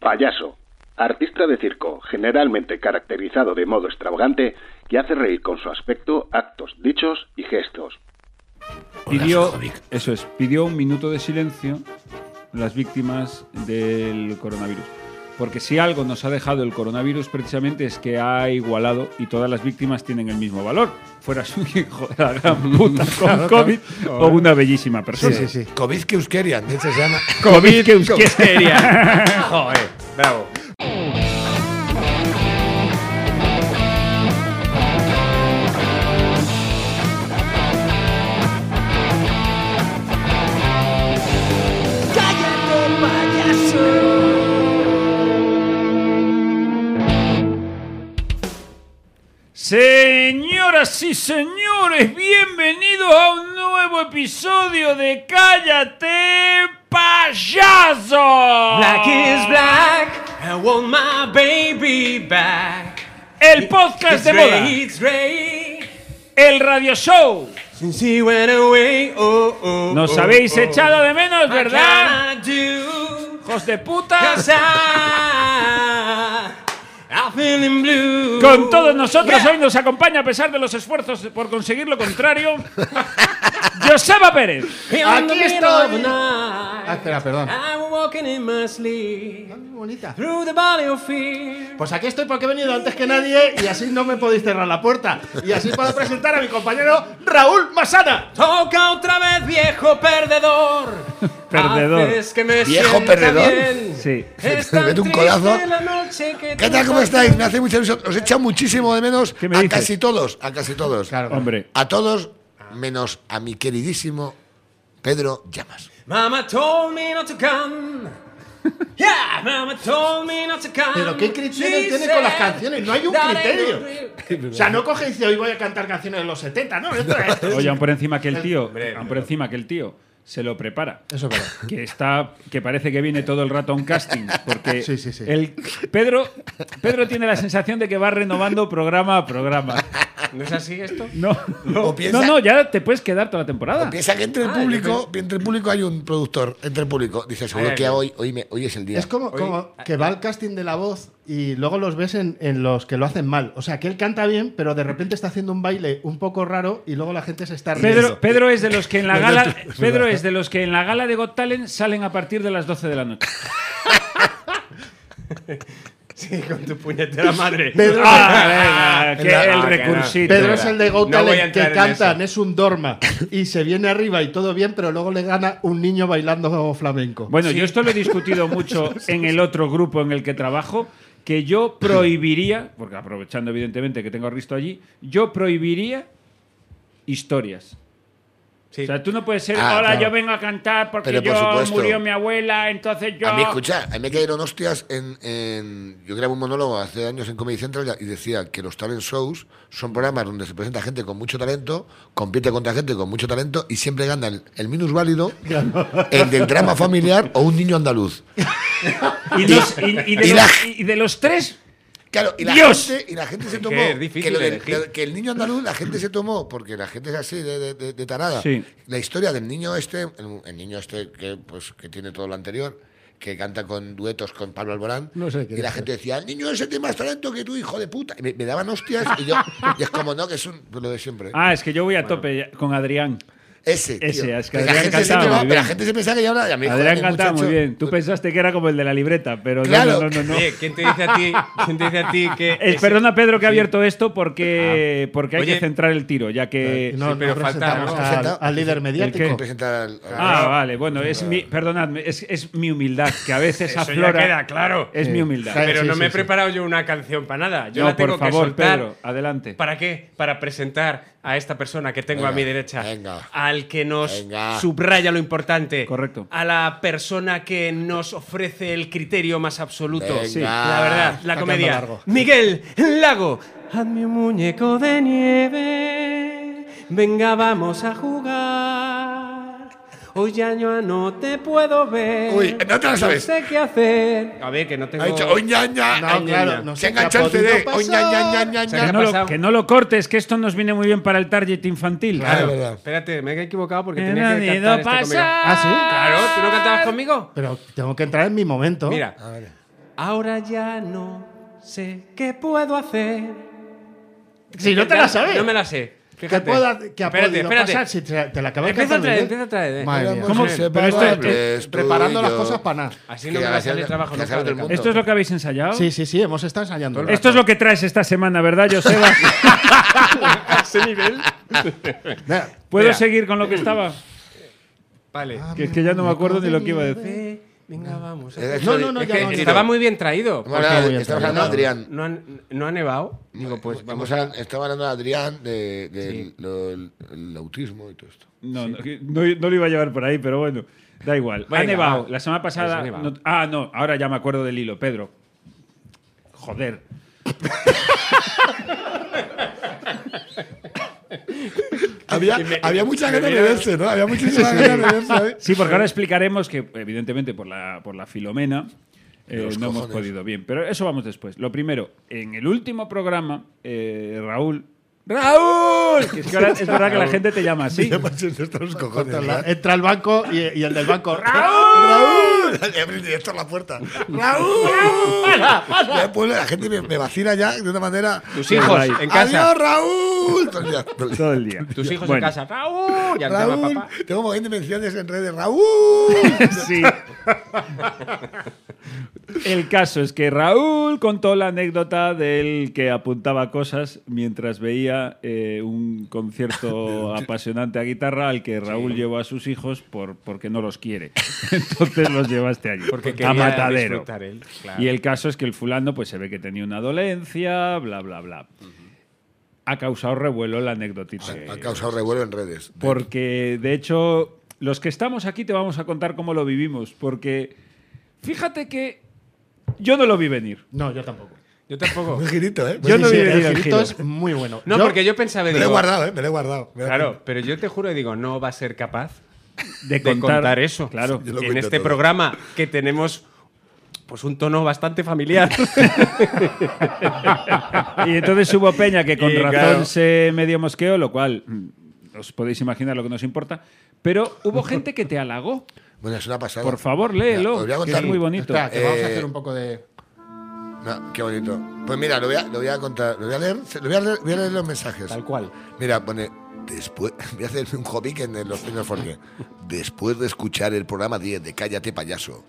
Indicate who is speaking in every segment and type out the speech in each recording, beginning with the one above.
Speaker 1: Payaso. Artista de circo, generalmente caracterizado de modo extravagante, que hace reír con su aspecto, actos, dichos y gestos.
Speaker 2: Hola,
Speaker 3: pidió,
Speaker 2: soy Jovic.
Speaker 3: eso es, pidió un minuto de silencio a las víctimas del coronavirus. Porque si algo nos ha dejado el coronavirus precisamente es que ha igualado y todas las víctimas tienen el mismo valor. Fuera su hijo de la gran puta con
Speaker 4: Claro,
Speaker 3: COVID
Speaker 4: claro.
Speaker 3: o una bellísima persona.
Speaker 4: Sí, sí, sí.
Speaker 2: COVID que euskerian, de hecho se llama.
Speaker 3: COVID que
Speaker 4: Co-
Speaker 3: usted sería.
Speaker 4: Joder, bravo.
Speaker 3: Señoras y señores, bienvenidos a un nuevo episodio de Cállate Payaso.
Speaker 5: Black is black, I want my baby back.
Speaker 3: El podcast de
Speaker 5: It's Ray,
Speaker 3: moda,
Speaker 5: It's Ray,
Speaker 3: el radio show.
Speaker 5: since he went away, oh, oh,
Speaker 3: Nos
Speaker 5: oh,
Speaker 3: habéis
Speaker 5: oh.
Speaker 3: echado de menos,
Speaker 5: What
Speaker 3: ¿verdad?
Speaker 5: can I do?
Speaker 3: Hijos de puta.
Speaker 5: 'Cause I- I'm feeling blue.
Speaker 3: Con todos nosotros
Speaker 5: Yeah.
Speaker 3: hoy nos acompaña, a pesar de los esfuerzos por conseguir lo contrario, Joseba Pérez.
Speaker 5: In the
Speaker 4: Aquí
Speaker 5: middle of
Speaker 4: estoy.
Speaker 5: the night,
Speaker 4: Ah, espera, perdón. Ah,
Speaker 5: I'm walking in my sleep,
Speaker 4: Bonita.
Speaker 5: through the valley of fear.
Speaker 4: Pues aquí estoy porque he venido antes que nadie y así no me podéis cerrar la puerta. Y así puedo presentar a mi compañero Raúl Masana.
Speaker 5: Toca otra vez, viejo perdedor.
Speaker 3: Perdedor.
Speaker 5: Haces que me
Speaker 2: Viejo
Speaker 5: sienta
Speaker 2: perdedor.
Speaker 5: bien.
Speaker 3: Sí.
Speaker 5: Es tan
Speaker 2: Mete un
Speaker 5: triste
Speaker 2: codazo.
Speaker 5: la noche que
Speaker 2: ¿Qué
Speaker 5: tú
Speaker 2: tal? ¿Cómo
Speaker 5: vas-
Speaker 2: estáis? Me hace mucha ilusión. Os he echado muchísimo de menos
Speaker 3: ¿Qué me
Speaker 2: a
Speaker 3: dices?
Speaker 2: casi todos. A casi todos.
Speaker 3: Hombre,
Speaker 2: A todos, menos a mi queridísimo Pedro Llamas.
Speaker 5: Mama told me not to come. Yeah, mama told me not to come.
Speaker 4: Pero qué criterio
Speaker 5: She
Speaker 4: tiene con las
Speaker 5: said
Speaker 4: canciones, no hay un
Speaker 5: that I
Speaker 4: criterio.
Speaker 5: don't
Speaker 4: O sea, no coge y dice, hoy voy a cantar canciones de los 70, ¿no? Esto es-
Speaker 3: oye, aún por encima que el tío,
Speaker 4: Hombre,
Speaker 3: aún por encima que el tío se lo prepara.
Speaker 4: Eso es verdad.
Speaker 3: Que está, que parece que viene todo el rato a un casting, porque
Speaker 4: Sí, sí, sí.
Speaker 3: el Pedro, Pedro tiene la sensación de que va renovando programa a programa.
Speaker 5: ¿No es así esto?
Speaker 3: No,
Speaker 2: O
Speaker 3: no,
Speaker 2: piensa-
Speaker 3: no, ya te puedes quedar toda la temporada.
Speaker 2: Piensa que entre el
Speaker 5: Ah, yo
Speaker 2: público, entre el público hay un productor, entre el público. Dice, seguro
Speaker 5: Ay,
Speaker 2: que
Speaker 5: ay,
Speaker 2: hoy, hoy, me- hoy es el día.
Speaker 4: Es como,
Speaker 5: Oye,
Speaker 4: como
Speaker 2: ah,
Speaker 4: que va al casting de la voz y luego los ves en, en los que lo hacen mal. O sea, que él canta bien, pero de repente está haciendo un baile un poco raro y luego la gente se está riendo.
Speaker 3: Pedro, Pedro es de los que en la gala Pedro es de los que en la gala de Got Talent salen a partir de las 12 de la noche.
Speaker 5: Sí, con tu puñetera madre.
Speaker 4: Pedro-
Speaker 3: Ah, venga, que
Speaker 2: Ah,
Speaker 3: el
Speaker 5: que no.
Speaker 3: recursito.
Speaker 4: Pedro es el de Go
Speaker 5: No
Speaker 4: Talent
Speaker 5: voy a entrar
Speaker 4: que
Speaker 5: en
Speaker 4: cantan,
Speaker 5: eso.
Speaker 4: es un dorma. Y se viene arriba y todo bien, pero luego le gana un niño bailando flamenco.
Speaker 3: Bueno, yo esto lo he discutido mucho en el otro grupo en el que trabajo, que yo prohibiría, porque aprovechando evidentemente que tengo a Risto allí, yo prohibiría historias.
Speaker 5: Sí.
Speaker 3: O sea, tú no puedes ser,
Speaker 2: Ah,
Speaker 3: ahora
Speaker 2: claro.
Speaker 3: yo vengo a cantar porque
Speaker 2: Pero por
Speaker 3: yo
Speaker 2: supuesto.
Speaker 3: murió mi abuela, entonces yo...
Speaker 2: A mí, escucha, a mí me cayeron hostias en, en- Yo grabé un monólogo hace años en Comedy Central y decía que los talent shows son programas donde se presenta gente con mucho talento, compite contra gente con mucho talento y siempre gana el, el minusválido, el del drama familiar o un niño andaluz.
Speaker 3: y, los- y- y de
Speaker 2: Y
Speaker 3: los,
Speaker 2: la-
Speaker 3: y de los tres,
Speaker 2: Claro, y la
Speaker 3: ¡Dios!
Speaker 2: gente, y la gente se
Speaker 5: Es
Speaker 2: tomó.
Speaker 5: que es difícil
Speaker 2: lo del-
Speaker 5: elegir.
Speaker 2: lo- que el niño andaluz, la gente se tomó, porque la gente es así de, de- de- de tarada.
Speaker 3: Sí.
Speaker 2: La historia del niño este, el, el niño este que, pues, que tiene todo lo anterior, que canta con duetos con Pablo Alborán.
Speaker 4: No sé qué
Speaker 2: y la
Speaker 4: es.
Speaker 2: gente decía, el niño ese tiene más talento que tú, hijo de puta. Y me, me daban hostias y yo. Y es como, no, que es un, pues, lo de siempre. ¿eh?
Speaker 3: Ah, es que yo voy a tope ya- con Adrián.
Speaker 2: ese. tío.
Speaker 3: ese, es que
Speaker 2: Pues la,
Speaker 3: Adrián
Speaker 2: gente se
Speaker 3: cantaba
Speaker 2: tomaba-
Speaker 3: muy
Speaker 2: pero la
Speaker 3: bien.
Speaker 2: gente se pensaba que ya ahora. Ya me dijo,
Speaker 3: Adrián
Speaker 2: "Oye,
Speaker 3: cantaba muy
Speaker 2: muchacho,
Speaker 3: bien. Tú
Speaker 2: pues,
Speaker 3: pensaste que era como el de la libreta, pero no,
Speaker 2: Claro.
Speaker 3: no, no, no, no.
Speaker 5: Oye, ¿quién te dice a ti? ¿Quién te dice a ti que.?
Speaker 3: Eh,
Speaker 5: ese-
Speaker 3: perdona, Pedro, que ha abierto esto porque, porque hay
Speaker 5: Ah. Oye.
Speaker 3: que centrar el tiro, ya que.
Speaker 4: no,
Speaker 5: eh, sí, pero
Speaker 4: no
Speaker 5: falta,
Speaker 4: presentamos
Speaker 5: ¿no?
Speaker 4: al-
Speaker 2: Presenta-
Speaker 4: al, líder mediático.
Speaker 2: presentar al- al-
Speaker 3: Ah, vale, bueno, es mi, perdonadme, es, es mi humildad, que a veces
Speaker 5: Eso ya
Speaker 3: aflora.
Speaker 5: queda claro.
Speaker 3: Es
Speaker 4: Sí.
Speaker 3: mi humildad.
Speaker 4: Claro.
Speaker 5: Pero
Speaker 4: Sí,
Speaker 5: no
Speaker 4: sí,
Speaker 5: me he
Speaker 4: sí.
Speaker 5: preparado yo una canción para nada. Yo
Speaker 3: no,
Speaker 5: la tengo
Speaker 3: por favor,
Speaker 5: que soltar.
Speaker 3: Pedro, adelante.
Speaker 5: ¿Para qué? Para presentar a esta persona que tengo
Speaker 2: Venga,
Speaker 5: a mi derecha.
Speaker 2: venga.
Speaker 5: Al que nos
Speaker 2: Venga.
Speaker 5: subraya lo importante.
Speaker 3: Correcto.
Speaker 5: A la persona que nos ofrece el criterio más absoluto.
Speaker 2: Venga. Sí.
Speaker 5: La verdad, la
Speaker 4: Está
Speaker 5: comedia.
Speaker 4: quedando largo.
Speaker 5: Miguel Lago. Hazme un muñeco de nieve. Venga, vamos a jugar. Hoy ya yo no te puedo ver.
Speaker 2: Uy, no te la sabes.
Speaker 5: No sé qué hacer. A ver, que no tengo.
Speaker 2: Ha dicho, "Oh, ña, ña,
Speaker 4: No,
Speaker 2: ay,
Speaker 4: claro,
Speaker 5: ña.
Speaker 4: no
Speaker 2: Se
Speaker 4: sé
Speaker 2: ha
Speaker 4: qué ha
Speaker 2: enganchado el
Speaker 4: podido
Speaker 2: CD. Oy, ña, ña, ña, ña,
Speaker 5: Se
Speaker 2: ña.
Speaker 3: Que
Speaker 5: ¿Qué ha
Speaker 3: no, lo,
Speaker 5: pasado?
Speaker 3: que no lo cortes, que esto nos viene muy bien para el target infantil.
Speaker 2: Claro.
Speaker 5: Claro,
Speaker 2: Ah, es verdad.
Speaker 5: espérate, me he equivocado porque
Speaker 3: Me
Speaker 5: tenía
Speaker 3: han
Speaker 5: que
Speaker 3: ido
Speaker 5: cantar este
Speaker 3: pasar.
Speaker 5: conmigo.
Speaker 4: Ah, sí.
Speaker 5: Claro, ¿tú no cantabas conmigo?
Speaker 4: Pero tengo que entrar en mi momento.
Speaker 5: Mira,
Speaker 2: A ver.
Speaker 5: Ahora ya no sé qué puedo hacer.
Speaker 4: Si no te la sabes.
Speaker 5: No me la sé.
Speaker 4: Que
Speaker 5: Fíjate.
Speaker 4: pueda que a
Speaker 5: espérate,
Speaker 4: Poli lo
Speaker 5: espérate.
Speaker 4: pasa si te, te la acabas
Speaker 5: Empieza
Speaker 4: de
Speaker 5: otra
Speaker 4: aprender.
Speaker 5: vez, empieza otra vez.
Speaker 4: Madre
Speaker 2: Éramos
Speaker 4: mía.
Speaker 3: ¿Cómo?
Speaker 2: inseparables,
Speaker 3: Pero esto-
Speaker 2: tú y
Speaker 4: Preparando las
Speaker 2: yo.
Speaker 4: cosas para nada.
Speaker 5: Así no
Speaker 2: Que
Speaker 5: me va a
Speaker 2: gracias-
Speaker 5: salir trabajo
Speaker 2: que
Speaker 5: nunca
Speaker 2: gracias
Speaker 5: del
Speaker 2: del
Speaker 5: campo.
Speaker 2: mundo.
Speaker 3: ¿Esto es lo que habéis ensayado?
Speaker 4: Sí, sí, sí, hemos estado ensayando. el
Speaker 3: Esto es lo que traes esta semana, ¿verdad, Joseba?
Speaker 4: rato. ese nivel. Nah,
Speaker 3: ¿Puedo
Speaker 5: Mira.
Speaker 3: seguir con lo que estaba?
Speaker 5: Vale.
Speaker 3: Que es que ya no me acuerdo ni lo que iba a decir.
Speaker 5: Venga, vamos.
Speaker 2: Eh,
Speaker 4: No, no, no,
Speaker 5: Es
Speaker 4: ya
Speaker 5: que
Speaker 4: no.
Speaker 5: estaba muy bien traído.
Speaker 2: Estamos hablando-
Speaker 4: voy a
Speaker 2: Estamos
Speaker 4: entrar?
Speaker 2: hablando de Adrián.
Speaker 5: No ha, no ha nevado. Digo, pues vamos a.
Speaker 2: a, estaba hablando de Adrián de, del lo- el- el autismo y todo esto.
Speaker 3: No, no, que- no, no lo iba a llevar por ahí, pero bueno, da igual. ha
Speaker 5: Venga,
Speaker 3: nevado.
Speaker 5: va.
Speaker 3: La semana pasada.
Speaker 5: Pues ha nevado.
Speaker 3: no- ah, no, ahora ya me acuerdo del hilo, Pedro. Joder.
Speaker 2: Había, había mucha ganas de verse, ¿no? Había muchísimas ganas de verse. ¿eh?
Speaker 3: Sí, porque ahora explicaremos que, evidentemente, por la, por la filomena eh,
Speaker 2: Los
Speaker 3: no hemos
Speaker 2: cojones.
Speaker 3: podido bien. Pero eso vamos después. Lo primero, en el último programa, eh, Raúl. ¡Raúl! Que es, que ahora es verdad que la gente te llama así.
Speaker 2: Ya
Speaker 5: Pues,
Speaker 2: pasan estos cojones.
Speaker 4: la-
Speaker 5: ¿eh?
Speaker 2: ¿verdad?
Speaker 4: Entra al banco y, y el del banco. ¡Raúl!
Speaker 2: ¡Raúl! Le abrí directo la puerta. ¡Raúl! Ya, pues, la gente me, me vacila ya de una manera.
Speaker 5: Tus hijos
Speaker 3: Ahí.
Speaker 5: en casa.
Speaker 2: ¡Adiós, Raúl! pues, Todo el día, todo el día.
Speaker 3: Todo el día.
Speaker 5: Tus hijos en
Speaker 3: Bueno,
Speaker 5: casa. ¡Raúl! Ya te llama
Speaker 2: Raúl,
Speaker 5: papá.
Speaker 2: tengo un montón de menciones en redes. ¡Raúl!
Speaker 3: Sí. El caso es que Raúl contó la anécdota del que apuntaba cosas mientras veía eh, un concierto apasionante a guitarra al que Raúl llevó a sus hijos por, porque no los quiere. Entonces los llevaste allí.
Speaker 5: Porque
Speaker 3: a
Speaker 5: quería
Speaker 3: matadero.
Speaker 5: disfrutar él, claro.
Speaker 3: Y el caso es que el fulano pues se ve que tenía una dolencia, bla, bla, bla. Ha causado revuelo la anécdotita.
Speaker 2: Ha causado revuelo en redes.
Speaker 3: Porque, de hecho, los que estamos aquí te vamos a contar cómo lo vivimos. Porque fíjate que yo no lo vi venir.
Speaker 4: No, yo tampoco.
Speaker 5: Yo tampoco.
Speaker 2: Un girito, ¿eh?
Speaker 3: Yo no vi
Speaker 4: el
Speaker 3: venir el
Speaker 4: girito
Speaker 3: giro.
Speaker 4: es muy bueno.
Speaker 5: No, porque yo pensaba.
Speaker 2: Me lo he
Speaker 5: digo,
Speaker 2: guardado, ¿eh? Me lo he guardado. Me lo he
Speaker 5: Claro, pero yo te juro, digo, no va a ser capaz
Speaker 3: De
Speaker 5: de
Speaker 3: contar,
Speaker 5: contar eso.
Speaker 3: Claro.
Speaker 2: Yo lo
Speaker 5: en
Speaker 2: cuento
Speaker 5: este
Speaker 2: todo.
Speaker 5: programa que tenemos pues un tono bastante familiar.
Speaker 3: Y entonces hubo Peña que con
Speaker 5: Y,
Speaker 3: razón
Speaker 5: claro.
Speaker 3: se medio mosqueó, lo cual mm, os podéis imaginar lo que nos importa. Pero hubo gente que te halagó.
Speaker 2: Bueno, es una pasada.
Speaker 3: Por favor,
Speaker 2: Mira, os
Speaker 3: léelo.
Speaker 2: voy a
Speaker 3: que
Speaker 2: contar
Speaker 3: es muy
Speaker 2: un-
Speaker 3: bonito.
Speaker 4: Espera, que vamos a
Speaker 2: Eh,
Speaker 4: hacer un poco de.
Speaker 2: No, qué bonito. Pues mira, lo voy a, lo voy a contar, lo voy a leer, lo voy a leer, voy a leer los mensajes.
Speaker 5: Tal cual.
Speaker 2: Mira, pone, después, voy a hacer un hobby que en los primeros porque después de escuchar el programa 10 de Cállate Payaso,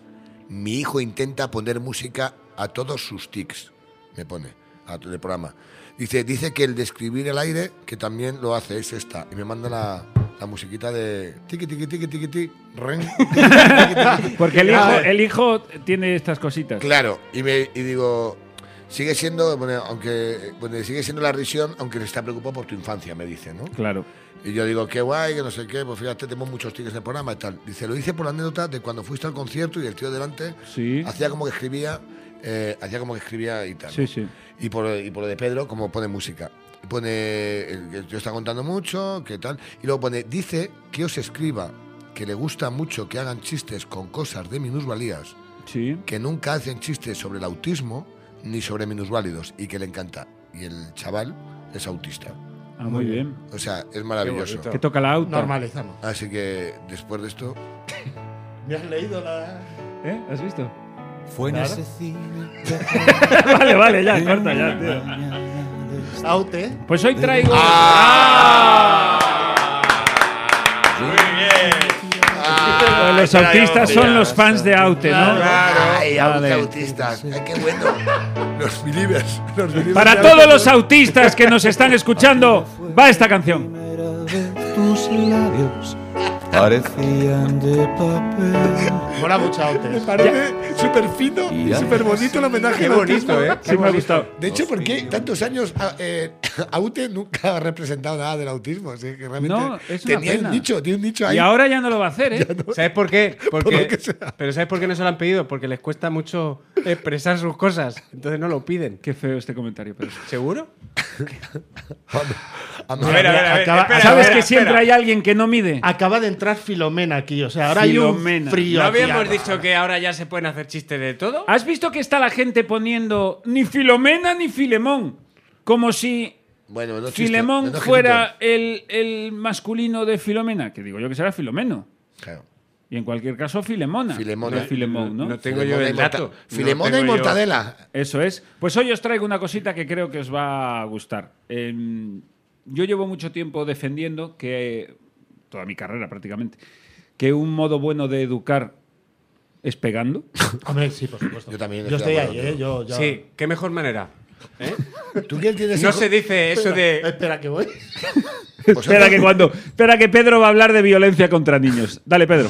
Speaker 2: mi hijo intenta poner música a todos sus tics, me pone, a todo el programa. Dice, dice que el de escribir el aire, que también lo hace, es esta. Y me manda la, la musiquita de tiqui, tiqui, tiqui, tiqui, tiqui, ren, tiqui, tiqui, tiqui, tiqui.
Speaker 3: Porque el hijo,
Speaker 2: Ah,
Speaker 3: el hijo tiene estas cositas.
Speaker 2: Claro, y, me, y digo, sigue siendo, bueno, aunque bueno, sigue siendo la risión, aunque está preocupado por tu infancia, me dice, ¿no?
Speaker 3: Claro.
Speaker 2: Y yo digo, qué guay, que no sé qué, pues fíjate, tenemos muchos tickets de programa y tal. Dice, lo hice por la anécdota de cuando fuiste al concierto y el tío delante
Speaker 3: Sí.
Speaker 2: hacía como que escribía, eh, hacía como que escribía y tal.
Speaker 3: Sí,
Speaker 2: ¿no?
Speaker 3: sí.
Speaker 2: Y por, y por lo de Pedro, como pone música. Y Pone, eh, que el tío está contando mucho, qué tal. Y luego pone, dice que os escriba que le gusta mucho que hagan chistes con cosas de minusvalías
Speaker 3: Sí.
Speaker 2: que nunca hacen chistes sobre el autismo ni sobre minusválidos y que le encanta. Y el chaval es autista.
Speaker 3: Ah, muy bien.
Speaker 2: O sea, es maravilloso.
Speaker 5: bonito.
Speaker 3: Que toca la auta.
Speaker 4: Normalizamos.
Speaker 2: Así que después de esto,
Speaker 4: Me has leído la.
Speaker 3: ¿Eh? ¿Has visto?
Speaker 6: Fue en
Speaker 3: Claro.
Speaker 6: ese cine
Speaker 3: vale, vale, ya, corta ya, tío.
Speaker 4: Aute.
Speaker 3: Pues hoy traigo.
Speaker 6: Ah.
Speaker 3: Pues los autistas son los fans de Aute, ¿no?
Speaker 2: ¡Ay, aut-
Speaker 3: Vale.
Speaker 2: autistas! ¡Ay, qué bueno! Los believers. Los believers
Speaker 3: Para
Speaker 2: de
Speaker 3: todos
Speaker 2: auto.
Speaker 3: los autistas que nos están escuchando, va esta canción.
Speaker 6: primera vez tus labios parecían de papel.
Speaker 4: Mola mucho Aute.
Speaker 2: Parece súper fino y
Speaker 6: Ya.
Speaker 2: súper bonito el homenaje.
Speaker 5: Qué
Speaker 2: al autismo.
Speaker 5: bonito, ¿eh?
Speaker 3: Sí, me ha gustado.
Speaker 2: De hecho, ¿por qué tantos años a- eh, Aute nunca ha representado nada del autismo? O sea, que realmente
Speaker 3: No, es una
Speaker 2: tenía
Speaker 3: pena.
Speaker 2: un nicho, tiene un nicho ahí.
Speaker 3: Y ahora ya no lo va a hacer, ¿eh?
Speaker 5: ¿Sabes por qué?
Speaker 2: Por lo
Speaker 5: Porque,
Speaker 2: que sea.
Speaker 5: pero ¿sabes por qué no se lo han pedido? Porque les cuesta mucho expresar sus cosas. Entonces no lo piden.
Speaker 3: Qué feo este comentario, pero.
Speaker 5: ¿Seguro?
Speaker 2: A
Speaker 5: ver, a ver, a ver,
Speaker 4: Acaba-
Speaker 5: espera,
Speaker 3: ¿Sabes
Speaker 5: espera,
Speaker 3: que
Speaker 5: espera.
Speaker 3: siempre hay alguien que no mide?
Speaker 4: Acaba de entrar Filomena aquí. O sea, ahora hay un
Speaker 3: Filomena.
Speaker 4: frío.
Speaker 5: ¿No
Speaker 4: aquí
Speaker 5: habíamos
Speaker 4: ahora.
Speaker 5: dicho que ahora ya se pueden hacer chistes de todo?
Speaker 3: ¿Has visto que está la gente poniendo ni Filomena ni Filemón? Como si
Speaker 2: Bueno, menos chiste,
Speaker 3: Filemón
Speaker 2: menos
Speaker 3: fuera el, el masculino de Filomena. Que digo yo que será Filomeno.
Speaker 2: chiste. Claro.
Speaker 3: Y en cualquier caso, Filemona.
Speaker 2: Filemona.
Speaker 3: De Filemón, ¿no?
Speaker 5: No tengo yo
Speaker 2: Filemona
Speaker 5: el
Speaker 2: y morta-
Speaker 5: dato.
Speaker 2: Filemona
Speaker 5: No
Speaker 2: y
Speaker 5: tengo yo-
Speaker 2: mortadela.
Speaker 3: Eso es. Pues hoy os traigo una cosita que creo que os va a gustar. Eh, yo llevo mucho tiempo defendiendo que, toda mi carrera prácticamente, que un modo bueno de educar es pegando.
Speaker 7: Hombre, sí, por supuesto.
Speaker 2: Yo también
Speaker 7: Yo
Speaker 2: estoy
Speaker 7: estoy
Speaker 2: de
Speaker 7: ahí,
Speaker 2: acuerdo,
Speaker 7: ¿eh? Yo, yo-
Speaker 5: Sí, qué mejor manera. ¿eh?
Speaker 2: ¿Tú quién tienes
Speaker 5: No
Speaker 2: hijos?
Speaker 5: se dice eso de.
Speaker 7: Espera, que voy.
Speaker 2: Vosotros-
Speaker 3: espera que cuando. Espera que Pedro va a hablar de violencia contra niños. Dale, Pedro.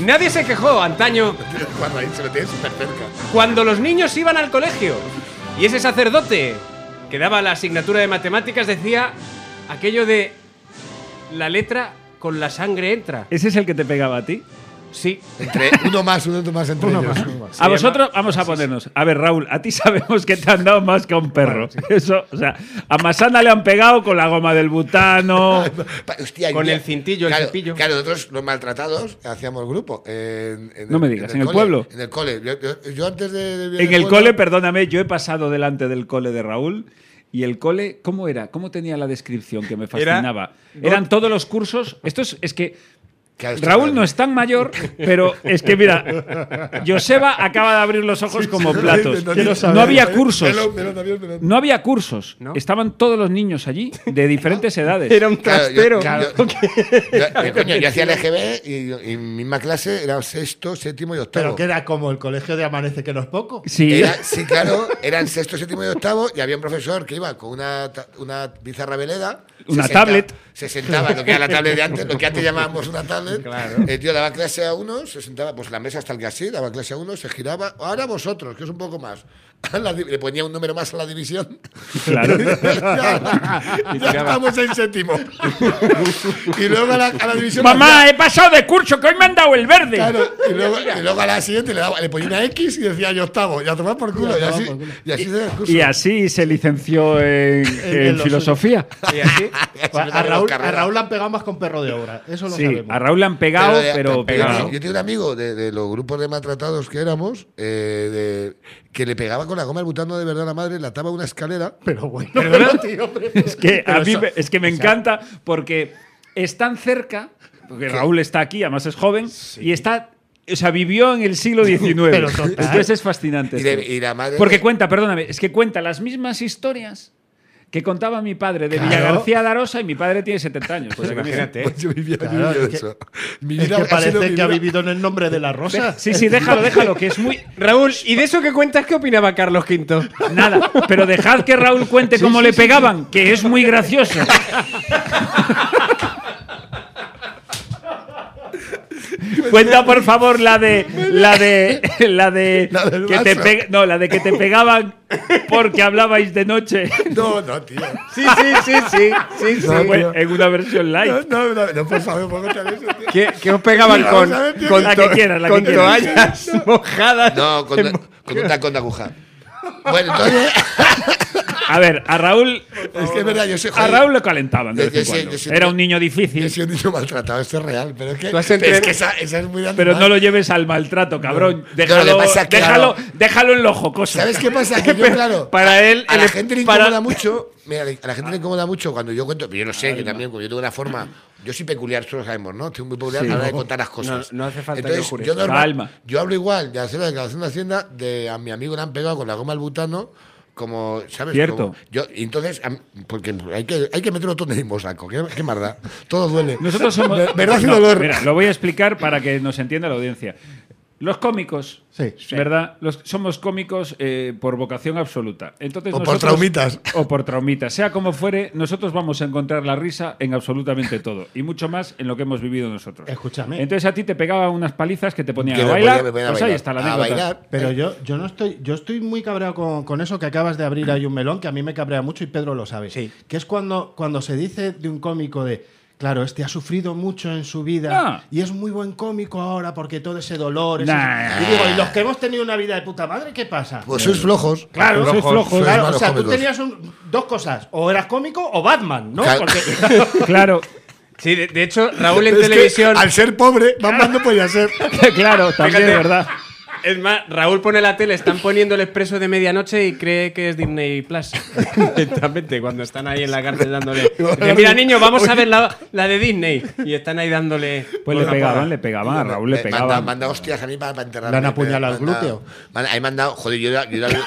Speaker 5: Nadie se quejó antaño
Speaker 2: Guarda, ahí se lo tienes súper cerca.
Speaker 5: cuando los niños iban al colegio y ese sacerdote que daba la asignatura de matemáticas decía aquello de la letra con la sangre entra.
Speaker 3: ¿Ese es el que te pegaba a ti?
Speaker 5: Sí.
Speaker 2: Entre uno más, uno más entre ellos.
Speaker 3: a vosotros, vamos a ponernos. A ver, Raúl, a ti sabemos que te han dado más que a un perro. Eso, o sea, a Masana le han pegado con la goma del butano.
Speaker 2: Pa- hostia, y
Speaker 5: Con
Speaker 2: mira,
Speaker 5: el cintillo, el
Speaker 2: claro,
Speaker 5: cepillo.
Speaker 2: Claro, nosotros los maltratados hacíamos grupo. En, en
Speaker 3: No me digas, ¿en el
Speaker 2: cole,
Speaker 3: pueblo?
Speaker 2: En el cole. Yo, yo- yo antes de. de vivir
Speaker 3: En el cole,
Speaker 2: pueblo,
Speaker 3: perdóname, yo he pasado delante del cole de Raúl y el cole, ¿cómo era? ¿Cómo tenía la descripción que me fascinaba? Eran todos los cursos. Esto es, es que
Speaker 2: Claro, Ah, esto
Speaker 3: Raúl
Speaker 2: es
Speaker 3: no es tan mayor, pero es que mira, Joseba acaba de abrir los ojos como platos.
Speaker 2: no, no, no,
Speaker 3: No había cursos.
Speaker 2: Melón, melón, melón, melón.
Speaker 3: No había cursos.
Speaker 5: ¿No?
Speaker 3: Estaban todos los niños allí, de diferentes edades.
Speaker 5: Era un
Speaker 2: Claro,
Speaker 5: trastero.
Speaker 2: yo- claro, yo- yo, coño, yo hacía LGB y, y misma clase era sexto, séptimo y octavo.
Speaker 7: Pero que era como el colegio de Amanece, que no es poco.
Speaker 3: Sí.
Speaker 2: Era- sí, claro, eran sexto, séptimo y octavo, y había un profesor que iba con una, ta- una pizarra veleda. se
Speaker 3: Una
Speaker 2: sentaba-
Speaker 3: tablet.
Speaker 2: Se sentaba, lo que era la tablet de antes, lo que antes llamábamos una tablet. El tío daba clase a uno, se sentaba, pues la mesa hasta el que así, daba clase a uno, se giraba. Ahora vosotros, que es un poco más. La di- Le ponía un número más a la división.
Speaker 3: Claro.
Speaker 2: ya, ya estamos en séptimo. y luego a la, a la división.
Speaker 3: Mamá, eh. he pasado de curso, que hoy me han dado el verde.
Speaker 2: Claro, y luego, y luego a la siguiente le, daba, le ponía una X y decía yo octavo, ya tomar por culo. Y así, y así se discurso.
Speaker 3: Y así se licenció en, en
Speaker 7: en los-
Speaker 3: filosofía.
Speaker 5: Y así.
Speaker 7: A, Pues a Raúl, a Raúl le han pegado más con perro de obra. Eso lo
Speaker 3: Sí,
Speaker 7: sabemos.
Speaker 3: a Raúl le han pegado,
Speaker 2: de-
Speaker 3: pero,
Speaker 2: yo,
Speaker 3: pegado.
Speaker 2: yo tenía un amigo de, de los grupos de maltratados que éramos, eh, de- que le pegaba con la goma el butano de verdad a la madre, le ataba a una escalera.
Speaker 7: Pero bueno, pero, tío, pero-
Speaker 3: Es que a
Speaker 7: pero
Speaker 3: mí
Speaker 7: eso-
Speaker 3: me- es que me
Speaker 7: o sea,
Speaker 3: encanta porque es tan cerca, porque Raúl está aquí, además es joven, y está. O sea, vivió en el siglo XIX.
Speaker 7: Pero total.
Speaker 3: Entonces es fascinante.
Speaker 2: Y, de-
Speaker 3: esto.
Speaker 2: y la madre.
Speaker 3: Porque cuenta, perdóname, es que cuenta las mismas historias que contaba mi padre de
Speaker 7: Claro.
Speaker 3: Villagarcía de Arosa y mi padre tiene 70 años. O sea que-
Speaker 5: Imagínate. ¿eh?
Speaker 2: Pues yo vivía, yo
Speaker 7: Claro,
Speaker 2: vivía de
Speaker 7: es que-
Speaker 2: eso. Mi
Speaker 7: es
Speaker 2: vida
Speaker 7: que
Speaker 2: ha sido
Speaker 7: parece
Speaker 2: mi
Speaker 7: que ha
Speaker 2: vida.
Speaker 7: vivido en el nombre de la rosa.
Speaker 3: sí, sí, déjalo, déjalo, que es muy.
Speaker 5: Raúl, ¿y de eso que cuentas qué opinaba Carlos V?
Speaker 3: Nada, pero dejad que Raúl cuente cómo le pegaban, que es muy gracioso. Cuenta por favor la de la de la de,
Speaker 2: La del
Speaker 3: que te
Speaker 2: vaso.
Speaker 3: pe- no, la de que te pegaban porque hablabais de noche
Speaker 2: No, no, tío.
Speaker 5: Sí, sí, sí, sí. sí, sí.
Speaker 2: No,
Speaker 3: Bueno, en una versión
Speaker 2: No,
Speaker 3: live.
Speaker 2: no, no, no, por favor, pongo otra vez eso, tío.
Speaker 5: ¿Qué, qué os pegaban
Speaker 2: Mira,
Speaker 5: con,
Speaker 2: vamos a ver, tío,
Speaker 5: con
Speaker 3: la que
Speaker 5: to-
Speaker 3: quieras, la que
Speaker 5: con
Speaker 3: quieras.
Speaker 5: toallas mojadas?
Speaker 2: No, con, con un tacón de aguja. Bueno, entonces.
Speaker 3: A ver, a Raúl
Speaker 2: es que es verdad, yo soy
Speaker 3: a
Speaker 2: joder.
Speaker 3: Raúl lo calentaban de
Speaker 2: Yo-
Speaker 3: vez en
Speaker 2: yo sé,
Speaker 3: cuando.
Speaker 2: yo sé-
Speaker 3: Era un niño
Speaker 2: Yo
Speaker 3: difícil,
Speaker 2: soy un niño maltratado, esto es real. Pero es que,
Speaker 5: Tú has
Speaker 2: pero es
Speaker 5: entrenado-
Speaker 2: que esa, esa es muy grande.
Speaker 3: pero no lo lleves al maltrato, cabrón.
Speaker 2: No, lo
Speaker 3: Déjalo,
Speaker 2: que pasa es que,
Speaker 3: déjalo,
Speaker 2: claro.
Speaker 3: déjalo en lo jocoso.
Speaker 2: ¿Sabes qué pasa? Que yo, claro.
Speaker 3: Para él
Speaker 2: A la
Speaker 3: el-
Speaker 2: gente le
Speaker 3: para- Ah.
Speaker 2: incomoda mucho. Mira, a la gente le incomoda mucho cuando yo cuento. Pero yo lo sé, que también, como yo tengo una forma. Yo soy peculiar, eso lo sabemos, ¿no? Soy muy peculiar a la hora de contar las cosas.
Speaker 5: No- no hace falta que
Speaker 2: Entonces,
Speaker 5: jures.
Speaker 2: yo, normal-
Speaker 3: Calma.
Speaker 2: yo hablo igual de hacer la declaración de Hacienda de a mi amigo le han pegado con la goma al butano. Como, ¿sabes?
Speaker 3: Cierto.
Speaker 2: Como- yo, y entonces, a mí- porque hay que, hay que meterlo todo en el mismo saco. Qué, qué marda. Todo duele.
Speaker 3: Nosotros somos.
Speaker 2: Ver- Verdad y
Speaker 3: No,
Speaker 2: dolor.
Speaker 3: Mira, lo voy a explicar para que nos entienda la audiencia. Los cómicos,
Speaker 7: Sí.
Speaker 3: ¿verdad? Los, somos cómicos eh, por vocación absoluta. Entonces,
Speaker 2: O por
Speaker 3: nosotros-
Speaker 2: traumitas.
Speaker 3: O por traumitas. Sea como fuere, nosotros vamos a encontrar la risa en absolutamente todo. Y mucho más en lo que hemos vivido nosotros.
Speaker 7: Escúchame.
Speaker 3: Entonces a ti te pegaban unas palizas que te ponían
Speaker 2: Que
Speaker 3: a
Speaker 2: me
Speaker 3: bailar.
Speaker 2: ponía- me ponía a
Speaker 3: pues ahí
Speaker 2: bailar.
Speaker 3: está la
Speaker 2: A
Speaker 3: anécdota.
Speaker 2: bailar.
Speaker 7: Pero
Speaker 2: Eh,
Speaker 7: yo, yo no estoy, yo estoy muy cabreado con, con eso que acabas de abrir ahí un melón, que a mí me cabrea mucho y Pedro lo sabe.
Speaker 5: Sí.
Speaker 7: Que es cuando, cuando se dice de un cómico de, claro, este ha sufrido mucho en su vida
Speaker 3: Ah.
Speaker 7: y es muy buen cómico ahora porque todo ese dolor. ese-
Speaker 3: Nah.
Speaker 7: Y digo, ¿y los que hemos tenido una vida de puta madre qué pasa?
Speaker 2: Pues sois flojos.
Speaker 7: Claro,
Speaker 3: sois flojos.
Speaker 2: Sois
Speaker 7: Claro, o
Speaker 2: malos
Speaker 7: sea, tú
Speaker 2: cómicos.
Speaker 7: tenías un- dos cosas, o eras cómico o Batman, ¿no?
Speaker 2: Claro.
Speaker 7: Porque-
Speaker 3: Claro,
Speaker 5: Sí, de, de hecho, Raúl en
Speaker 2: Pero es que,
Speaker 5: televisión.
Speaker 2: al ser pobre, van dando podía ser.
Speaker 3: claro, también,
Speaker 5: Fíjate.
Speaker 3: ¿verdad?
Speaker 5: Es más, Raúl pone la tele, están poniendo el expreso de medianoche y cree que es Disney Plus. Directamente, cuando están ahí en la cárcel dándole. Dice, Mira, niño, vamos a ver la, la de Disney. Y están ahí dándole.
Speaker 3: Pues le pegaban, le pegaban, a Raúl le
Speaker 2: Eh, Manda,
Speaker 3: pegaban.
Speaker 2: manda hostias a mí para, para enterrarme.
Speaker 4: Le han apuñalado
Speaker 2: pero
Speaker 4: el
Speaker 2: manda-
Speaker 4: glúteo.
Speaker 2: manda- ahí me han dado, joder, yo era. yo era-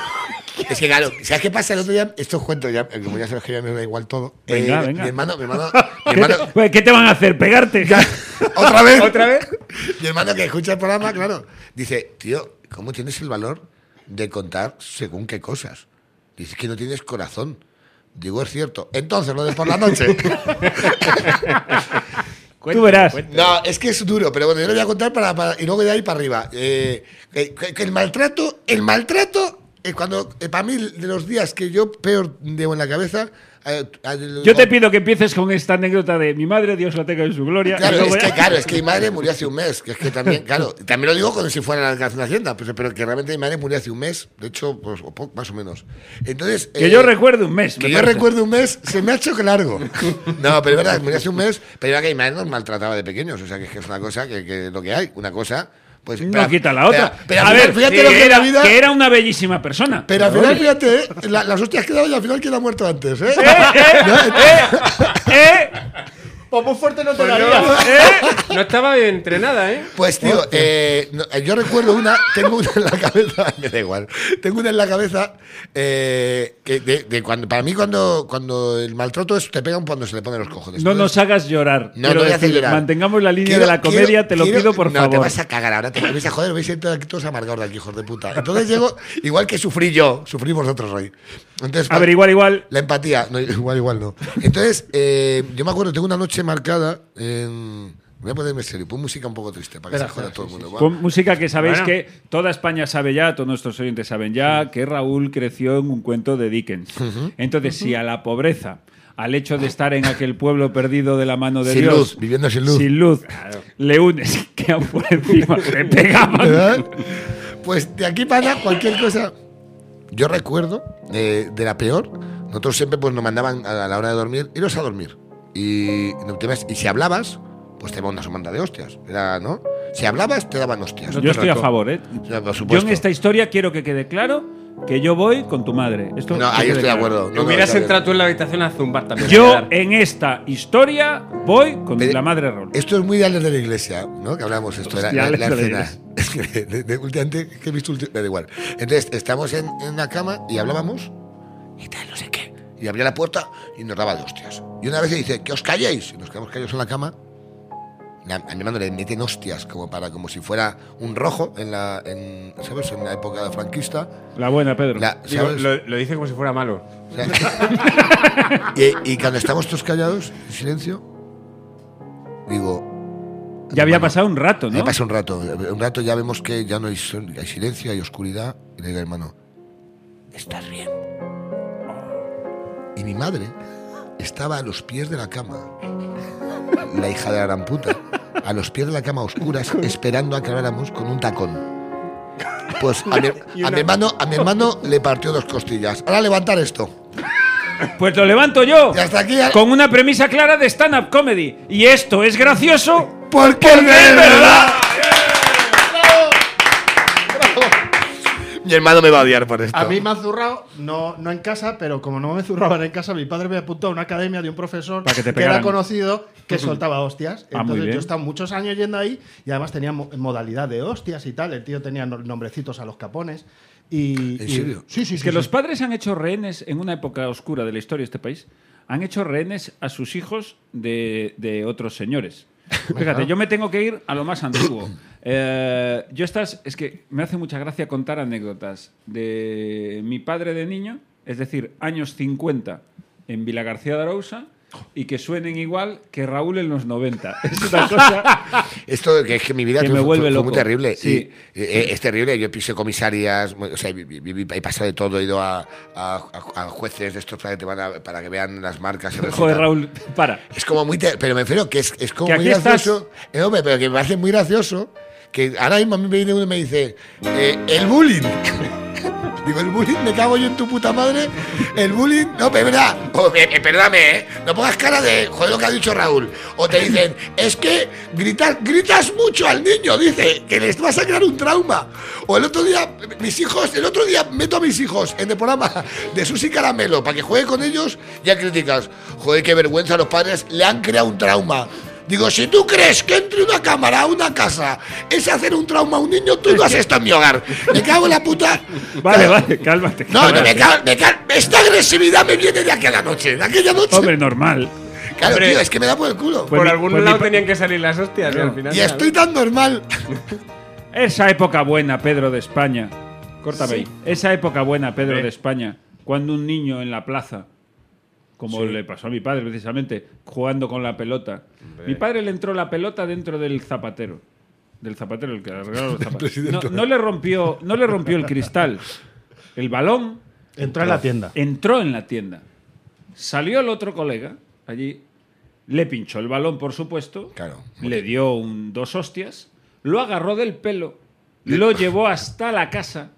Speaker 2: es que claro, ¿sabes qué pasa? El otro día, estos cuentos, ya, como ya sabes que ya me da igual todo. eh,
Speaker 3: Venga, venga.
Speaker 2: Mi hermano, mi hermano, mi hermano.
Speaker 3: Pues, ¿Qué te van a hacer? ¿Pegarte?
Speaker 2: ¿Otra vez?
Speaker 5: ¿Otra vez?
Speaker 2: Mi hermano que escucha el programa, claro, dice, tío, ¿cómo tienes el valor de contar según qué cosas? Dices que no tienes corazón. Digo, es cierto. Entonces, lo de por la noche.
Speaker 3: Tú verás.
Speaker 2: No, es que es duro, pero bueno, yo lo voy a contar para, para- y luego de ahí para arriba. Eh, que- que- que el maltrato, el maltrato es cuando, eh, para mí, de los días que yo peor debo en la cabeza. eh, al-
Speaker 3: Yo te pido que empieces con esta anécdota de mi madre, Dios la tenga en su gloria. y
Speaker 2: Claro,
Speaker 3: luego
Speaker 2: es que,
Speaker 3: ya-
Speaker 2: claro, es que mi madre murió hace un mes, que es que también, claro, también lo digo como si fuera la canción de Hacienda, pero, pero que realmente mi madre murió hace un mes, de hecho, pues, o po- más o menos. Entonces,
Speaker 3: Que
Speaker 2: eh,
Speaker 3: yo recuerdo un mes.
Speaker 2: que
Speaker 3: me
Speaker 2: yo
Speaker 3: parece.
Speaker 2: recuerdo un mes, se me ha hecho que largo. No, pero es verdad, murió hace un mes, pero era que mi madre nos maltrataba de pequeños, o sea, que es que es una cosa que, que lo que hay, una cosa, pues...
Speaker 3: No
Speaker 2: pero-
Speaker 3: quita la
Speaker 2: pero-
Speaker 3: otra.
Speaker 2: Pero, al
Speaker 3: a
Speaker 2: final-
Speaker 3: ver,
Speaker 2: fíjate
Speaker 3: que,
Speaker 2: lo que es
Speaker 3: era,
Speaker 2: la vida...
Speaker 3: que era una bellísima persona.
Speaker 2: Pero al final, fíjate, eh, la- las hostias que daba y al final queda muerto antes, ¿eh?
Speaker 3: ¿Eh?
Speaker 4: Pues muy fuerte no te
Speaker 5: Pues
Speaker 4: daría.
Speaker 5: no, no estaba bien entrenada, ¿eh?
Speaker 2: Pues tío, eh, no, eh, yo recuerdo una, tengo una en la cabeza, me da igual, tengo una en la cabeza eh, que de, de cuando, para mí cuando, cuando el maltrato es, te pegan cuando se le ponen los cojones.
Speaker 3: No
Speaker 2: Entonces,
Speaker 3: nos hagas llorar.
Speaker 2: no,
Speaker 3: Quiero
Speaker 2: no voy a
Speaker 3: decir,
Speaker 2: hacer llorar.
Speaker 3: Mantengamos la línea
Speaker 2: Quiero-
Speaker 3: de la comedia,
Speaker 2: quiero-
Speaker 3: te lo
Speaker 2: quiero-
Speaker 3: pido por
Speaker 2: no,
Speaker 3: favor.
Speaker 2: te vas a cagar ahora, te vais a joder, vais a entrar aquí todos amargados de aquí, hijos de puta. Entonces llego, igual que sufrí yo, sufrí vosotros hoy. Entonces,
Speaker 3: A ver, igual, igual.
Speaker 2: la empatía, no, igual, igual no. Entonces, eh, yo me acuerdo, tengo una noche marcada en... Voy a ponerme serio, pon música un poco triste para que se joda todo el mundo. va.
Speaker 3: Con música que sabéis
Speaker 5: Bueno.
Speaker 3: que toda España sabe ya, todos nuestros oyentes saben ya, que Raúl creció en un cuento de Dickens. Entonces, si a la pobreza, al hecho de estar en aquel pueblo perdido de la mano de
Speaker 2: Sin
Speaker 3: Dios,
Speaker 2: luz, viviendo sin luz.
Speaker 3: le unes que aún por encima te pegaban.
Speaker 2: ¿Verdad? Pues de aquí para allá, cualquier cosa. Yo recuerdo eh, de la peor, nosotros siempre pues, nos mandaban a la hora de dormir, iros a dormir. Y, no te ibas- y si hablabas, pues te daban una somanda de hostias. Era, ¿no? Si hablabas, te daban hostias.
Speaker 3: Yo estoy a favor, ¿eh?
Speaker 2: Ya, por
Speaker 3: Yo
Speaker 2: supuesto.
Speaker 3: en esta historia quiero que quede claro que yo voy con tu madre. Esto
Speaker 2: No,
Speaker 3: que quede
Speaker 2: ahí estoy de
Speaker 3: claro.
Speaker 2: acuerdo. No, no,
Speaker 5: Hubieras
Speaker 2: está bien.
Speaker 5: entrado tú en la habitación a zumbar también.
Speaker 3: Yo
Speaker 5: Gerard.
Speaker 3: en esta historia voy con
Speaker 2: Pero-
Speaker 3: la madre de Raúl.
Speaker 2: Esto es muy de Alex de la Iglesia, ¿no? Que hablamos esto, la,
Speaker 3: Hostia,
Speaker 2: la,
Speaker 3: Alex
Speaker 2: la
Speaker 3: de la
Speaker 2: escena. Es que de- de- últimamente, que he visto últimamente, da igual. Entonces, estamos en, en una cama y hablábamos y tal, no sé qué. Y abría la puerta y nos daba de hostias. Y una vez le dice, que os calléis. Y nos quedamos callados en la cama. La- A mi hermano le meten hostias como para como si fuera un rojo en la en, ¿sabes? En la época franquista.
Speaker 3: La buena, Pedro.
Speaker 2: La-
Speaker 5: Digo,
Speaker 2: ¿sabes?
Speaker 5: lo, lo dice como si fuera malo.
Speaker 2: O sea, y, y cuando estamos todos callados, en silencio, digo,
Speaker 3: ya había
Speaker 2: Bueno,
Speaker 3: pasado un rato, ¿no?
Speaker 2: Ya pasa un rato, un rato ya vemos que ya no hay, son- hay silencio, hay oscuridad. Y le digo, hermano, estás bien. Y mi madre estaba a los pies de la cama, la hija de la gran puta, a los pies de la cama a oscuras, esperando a que habláramos con un tacón. Pues a mi, a mi hermano, a mi hermano le partió dos costillas. Ahora levantar esto.
Speaker 3: Pues lo levanto yo.
Speaker 2: Y hasta aquí.
Speaker 3: Con una premisa clara de stand-up comedy. Y esto es gracioso.
Speaker 2: Porque es verdad. Mi hermano me va a odiar por esto.
Speaker 4: A mí me han zurrado, no, no en casa, pero como no me zurraban en casa, mi padre me apuntó a una academia de un profesor
Speaker 3: Para que te
Speaker 4: era
Speaker 3: pegaran. Pues
Speaker 4: conocido que soltaba hostias.
Speaker 3: Ah, muy
Speaker 4: Entonces
Speaker 3: bien.
Speaker 4: yo he estado muchos años yendo ahí y además tenía mo- modalidad de hostias y tal. El tío tenía no- nombrecitos a los capones. Y,
Speaker 2: ¿En
Speaker 4: y-
Speaker 2: serio?
Speaker 4: Sí, sí,
Speaker 3: Es
Speaker 4: sí,
Speaker 3: que
Speaker 4: sí.
Speaker 3: los padres han hecho rehenes en una época oscura de la historia de este país. Han hecho rehenes a sus hijos de, de otros señores. Fíjate, yo me tengo que ir a lo más antiguo. Eh, yo estas, es que me hace mucha gracia contar anécdotas de mi padre de niño, es decir, años 50 en Vila García de Arousa, y que suenen igual que Raúl en los 90. Es una cosa
Speaker 2: Esto que es que mi vida
Speaker 3: Que
Speaker 2: fue,
Speaker 3: me
Speaker 2: fue-
Speaker 3: vuelve
Speaker 2: fue
Speaker 3: loco.
Speaker 2: muy terrible.
Speaker 3: Sí.
Speaker 2: Y, eh, es terrible. Yo piso comisarias, o sea, vi- vi- vi- he pasado de todo, he ido a, a- a jueces de estos para que, te van a- para que vean las marcas. y
Speaker 3: Joder,
Speaker 2: resulta-
Speaker 3: Raúl, para.
Speaker 2: Es como muy. ter- Pero me refiero que es, es como
Speaker 3: Que
Speaker 2: muy
Speaker 3: aquí estás.
Speaker 2: gracioso. Eh, hombre, pero que me hace muy gracioso que ahora mismo a mí me viene uno y me dice: eh, el bullying. Digo, el bullying, me cago yo en tu puta madre. El bullying, no, pero es verdad. O, eh, eh, perdóname, ¿eh? No pongas cara de, joder, lo que ha dicho Raúl. O te dicen, es que gritar, gritas mucho al niño, dice, que les vas a crear un trauma. O el otro día, mis hijos, el otro día meto a mis hijos en el programa de Susi Caramelo para que juegue con ellos, ya criticas. Joder, qué vergüenza, los padres le han creado un trauma. Digo, si tú crees que entre una cámara a una casa es hacer un trauma a un niño, tú no has estado en mi hogar. Me cago en la puta.
Speaker 3: Vale, vale, cálmate.
Speaker 2: No, no,
Speaker 3: cálmate.
Speaker 2: me cago, me cago- Esta agresividad me viene de aquella noche, de aquella noche.
Speaker 3: Hombre, normal.
Speaker 2: claro,
Speaker 5: hombre.
Speaker 2: tío, es que me da por el culo.
Speaker 3: Pues
Speaker 5: Por
Speaker 3: mi-
Speaker 5: algún
Speaker 3: pues mi
Speaker 5: lado
Speaker 3: pa-
Speaker 5: tenían que salir las hostias, y al final.
Speaker 2: y estoy tan normal.
Speaker 3: Esa época buena, Pedro de España. Córtame ahí. Esa época buena, Pedro de España, cuando un niño en la plaza, como le pasó a mi padre precisamente, jugando con la pelota. Mi padre le entró la pelota dentro del zapatero. Del zapatero, el que arreglaba los zapatos. No, no le rompió, no le rompió el cristal. El balón
Speaker 4: Entró en la tienda.
Speaker 3: entró en la tienda. Salió el otro colega allí, le pinchó el balón, por supuesto.
Speaker 2: Claro.
Speaker 3: Le dio un, dos hostias, lo agarró del pelo, lo llevó hasta la casa,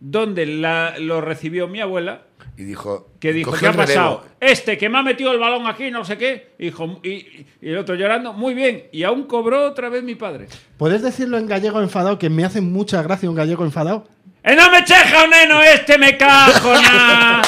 Speaker 3: donde la- lo recibió mi abuela,
Speaker 2: Y dijo,
Speaker 3: que dijo,
Speaker 2: cogió
Speaker 3: ¿qué ha
Speaker 2: el relevo.
Speaker 3: pasado? Este que me ha metido el balón aquí, no sé qué. Hijo, y, y el otro llorando, muy bien. Y aún cobró otra vez mi padre.
Speaker 4: ¿Puedes decirlo en gallego enfadado? Que me hace mucha gracia un gallego enfadado.
Speaker 3: ¡Eh, no me cheja, neno! ¡Este me cajo, na!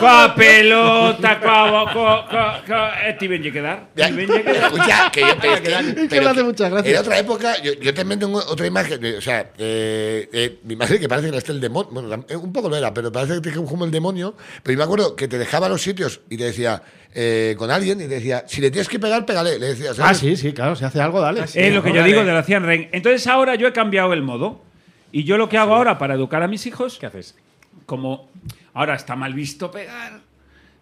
Speaker 3: ¡Coa pelota! ¡Coa... coa, coa, coa eh, ti venlle quedar?
Speaker 2: Ya,
Speaker 3: Ti venlle quedar?
Speaker 2: Escucha, que yo te
Speaker 4: que me hace mucha gracia.
Speaker 2: En otra época, yo, yo también tengo otra imagen. de- O sea, eh, eh, mi madre que parece que era este el demonio. Bueno, la- eh, un poco lo era, pero parece que te dije como el demonio. Pero yo me acuerdo que te dejaba a los sitios y te decía, eh, con alguien, y te decía, si le tienes que pegar, pégale. Le decía,
Speaker 4: Ah,
Speaker 2: ¿sabes?
Speaker 4: sí, sí, claro, si hace algo, dale.
Speaker 3: Es lo que yo
Speaker 5: Órale.
Speaker 3: digo de la Cian Ren. Entonces ahora yo he cambiado el modo. Y yo lo que hago ahora para educar a mis hijos...
Speaker 5: ¿Qué haces?
Speaker 3: como ahora está mal visto pegar,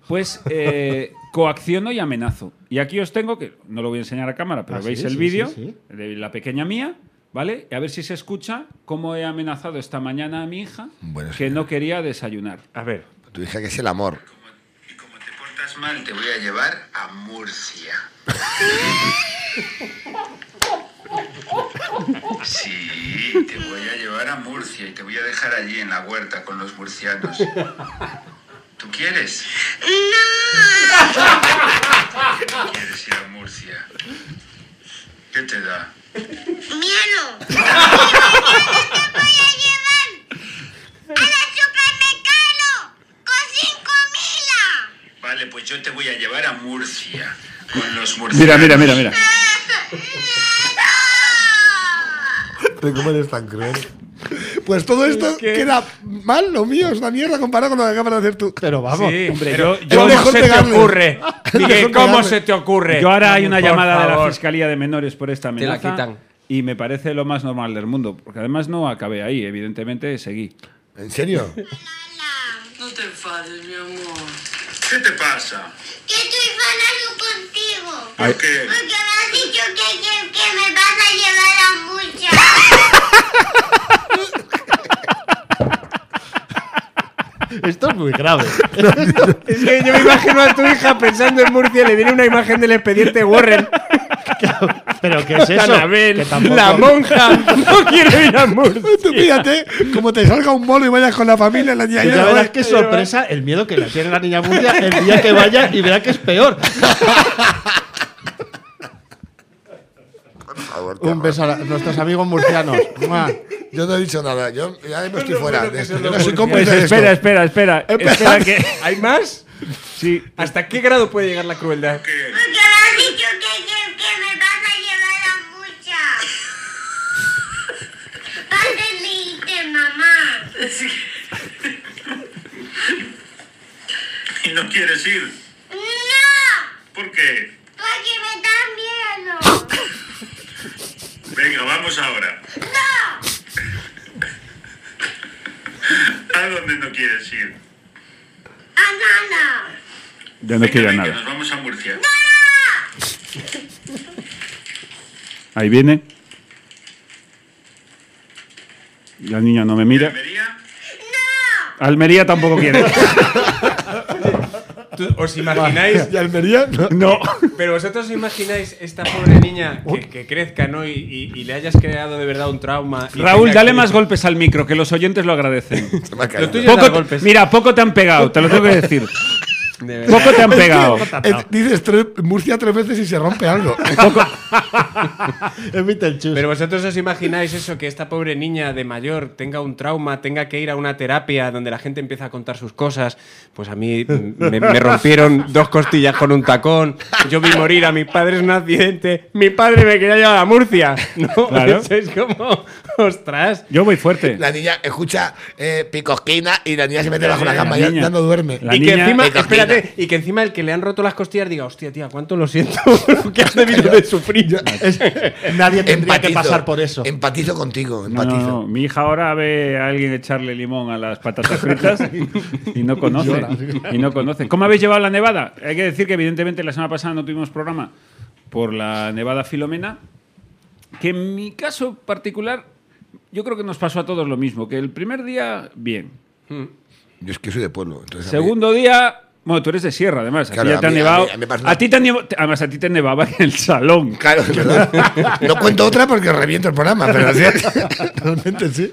Speaker 3: pues eh, coacciono y amenazo. Y aquí os tengo, que no lo voy a enseñar a cámara, pero
Speaker 4: Ah,
Speaker 3: veis
Speaker 4: sí,
Speaker 3: el
Speaker 4: sí,
Speaker 3: vídeo
Speaker 4: sí,
Speaker 3: de la pequeña mía, ¿vale? Y a ver si se escucha cómo he amenazado esta mañana a mi hija
Speaker 2: Bueno,
Speaker 3: que no quería desayunar.
Speaker 5: A ver.
Speaker 2: Tu hija que es el amor.
Speaker 8: Y como te portas mal, te voy a llevar a Murcia. Sí, te voy a llevar a Murcia y te voy a dejar allí en la huerta con los murcianos. ¿Tú quieres? ¡No! ¿Quieres ir a Murcia? ¿Qué te da?
Speaker 9: ¡Miedo! ¡Te voy a llevar a la supermercado con cinco mila!
Speaker 8: Vale, pues yo te voy a llevar a Murcia con los
Speaker 3: Mira,
Speaker 8: murcianos.
Speaker 3: mira, mira, mira.
Speaker 2: ¿Cómo eres tan cruel? Pues todo esto queda mal, lo mío, es una mierda comparado con lo que acabas de hacer tú.
Speaker 4: Pero
Speaker 3: Oh,
Speaker 4: vamos.
Speaker 5: Sí, hombre,
Speaker 3: pero-
Speaker 5: yo, yo-
Speaker 2: Es
Speaker 5: ¿cómo
Speaker 2: mejor
Speaker 5: se
Speaker 2: pegarle.
Speaker 5: te ocurre?
Speaker 2: Es
Speaker 5: Miguel,
Speaker 2: mejor
Speaker 5: ¿cómo
Speaker 2: pegarle.
Speaker 5: se te ocurre?
Speaker 3: Yo ahora hay una
Speaker 5: Por
Speaker 3: llamada de la
Speaker 5: favor.
Speaker 3: Fiscalía de Menores por esta
Speaker 5: Te la
Speaker 3: amenaza.
Speaker 5: quitan.
Speaker 3: Y me parece lo más normal del mundo, porque además no acabé ahí, evidentemente seguí.
Speaker 2: ¿En serio?
Speaker 9: No te enfades, mi amor.
Speaker 8: ¿Qué te pasa?
Speaker 9: Que estoy falando contigo.
Speaker 8: ¿Por qué?
Speaker 9: Porque me has dicho que, que, que me vas a llevar a mucha.
Speaker 4: Esto es muy grave.
Speaker 5: Es que yo me imagino a tu hija pensando en Murcia, le viene una imagen del expediente Warren.
Speaker 4: Pero ¿qué es eso?
Speaker 5: Anabel,
Speaker 4: Que tampoco-
Speaker 5: la monja, no quiero ir a Murcia.
Speaker 2: Tú fíjate, como te salga un mono y vayas con la familia en la niña.
Speaker 4: Que ya verás qué sorpresa el miedo que le tiene la niña Murcia el día que vaya y verá que es peor. Un beso a la- nuestros amigos murcianos. ¡Mua!
Speaker 2: Yo no he dicho nada, yo ya me estoy fuera. de esto,
Speaker 5: son
Speaker 2: Yo no
Speaker 5: los
Speaker 2: soy
Speaker 3: Pues
Speaker 2: cómplice de esto.
Speaker 3: espera, espera, espera. Espera que.
Speaker 5: ¿Hay más?
Speaker 3: Sí.
Speaker 5: ¿Hasta qué grado puede llegar la crueldad?
Speaker 9: Porque me has dicho que, que, que me vas a llevar a mucha. Antes me dijiste mamá.
Speaker 8: ¿Y no quieres ir?
Speaker 9: ¡No!
Speaker 8: ¿Por qué?
Speaker 9: Porque me estás miedo.
Speaker 8: Venga, vamos ahora. ¿A dónde no quieres ir?
Speaker 9: A nada.
Speaker 3: Yo no
Speaker 8: Venga,
Speaker 3: quiero
Speaker 8: venga,
Speaker 3: nada.
Speaker 8: Nos vamos a Murcia.
Speaker 3: Ahí viene. La niña no me mira.
Speaker 8: ¿Almería?
Speaker 3: Almería tampoco quiere.
Speaker 5: ¿Tú- ¿Os imagináis?
Speaker 2: ¿Y Almería? No.
Speaker 3: No.
Speaker 5: Pero vosotros imagináis esta pobre niña que, que crezca, ¿no? Y, y- y le hayas creado de verdad un trauma. y
Speaker 3: Raúl,
Speaker 5: tenga
Speaker 3: dale
Speaker 5: que-
Speaker 3: más golpes al micro, que los oyentes lo agradecen.
Speaker 2: Se me ha caído.
Speaker 5: Lo tuyo es
Speaker 3: Poco
Speaker 5: dar
Speaker 3: te-
Speaker 5: golpes.
Speaker 3: mira, poco te han pegado, te lo tengo que decir.
Speaker 5: De verdad.
Speaker 3: Poco te han pegado.
Speaker 2: Eh, dices tres- Murcia tres veces y se rompe algo.
Speaker 7: Es mi telchus.
Speaker 5: Pero vosotros os imagináis eso, que esta pobre niña de mayor tenga un trauma, tenga que ir a una terapia donde la gente empieza a contar sus cosas. Pues a mí me, me rompieron dos costillas con un tacón, yo vi morir a mis padres en un accidente, mi padre me quería llevar a Murcia. ¿No?
Speaker 3: Claro.
Speaker 5: Eso es como, ostras.
Speaker 3: Yo voy fuerte.
Speaker 2: La niña escucha eh, picosquina y la niña se mete bajo la cama y
Speaker 3: niña.
Speaker 2: ya no duerme.
Speaker 3: La
Speaker 5: y que
Speaker 3: niña-
Speaker 5: encima,
Speaker 2: Me cogí
Speaker 5: espérate, y que encima el que le han roto las costillas diga, hostia, tía, cuánto lo siento lo que has debido de sufrir.
Speaker 7: Es- nadie tendría que pasar por eso.
Speaker 3: Em-
Speaker 2: Empatizo contigo,
Speaker 3: No,
Speaker 2: empatizo.
Speaker 3: no, no. Mi hija ahora ve a alguien echarle limón a las patatas fritas y no conoce. y no conoce. ¿Cómo habéis llevado la nevada? Hay que decir que evidentemente la semana pasada no tuvimos programa por la nevada filomena, que en mi caso particular yo creo que nos pasó a todos lo mismo, que el primer día bien,
Speaker 2: Yo es que soy de pueblo. Entonces a mí-
Speaker 3: segundo día... Bueno, tú eres de sierra, además.
Speaker 2: Claro,
Speaker 3: a ti ya
Speaker 2: a
Speaker 3: te ha
Speaker 2: mí- a
Speaker 3: nevado.
Speaker 2: mí- a mí me pasó
Speaker 3: A ti te ha nevado- Además, a ti te nevaba en el salón.
Speaker 2: Claro, es verdad. No cuento otra porque reviento el programa, pero sí. Realmente sí.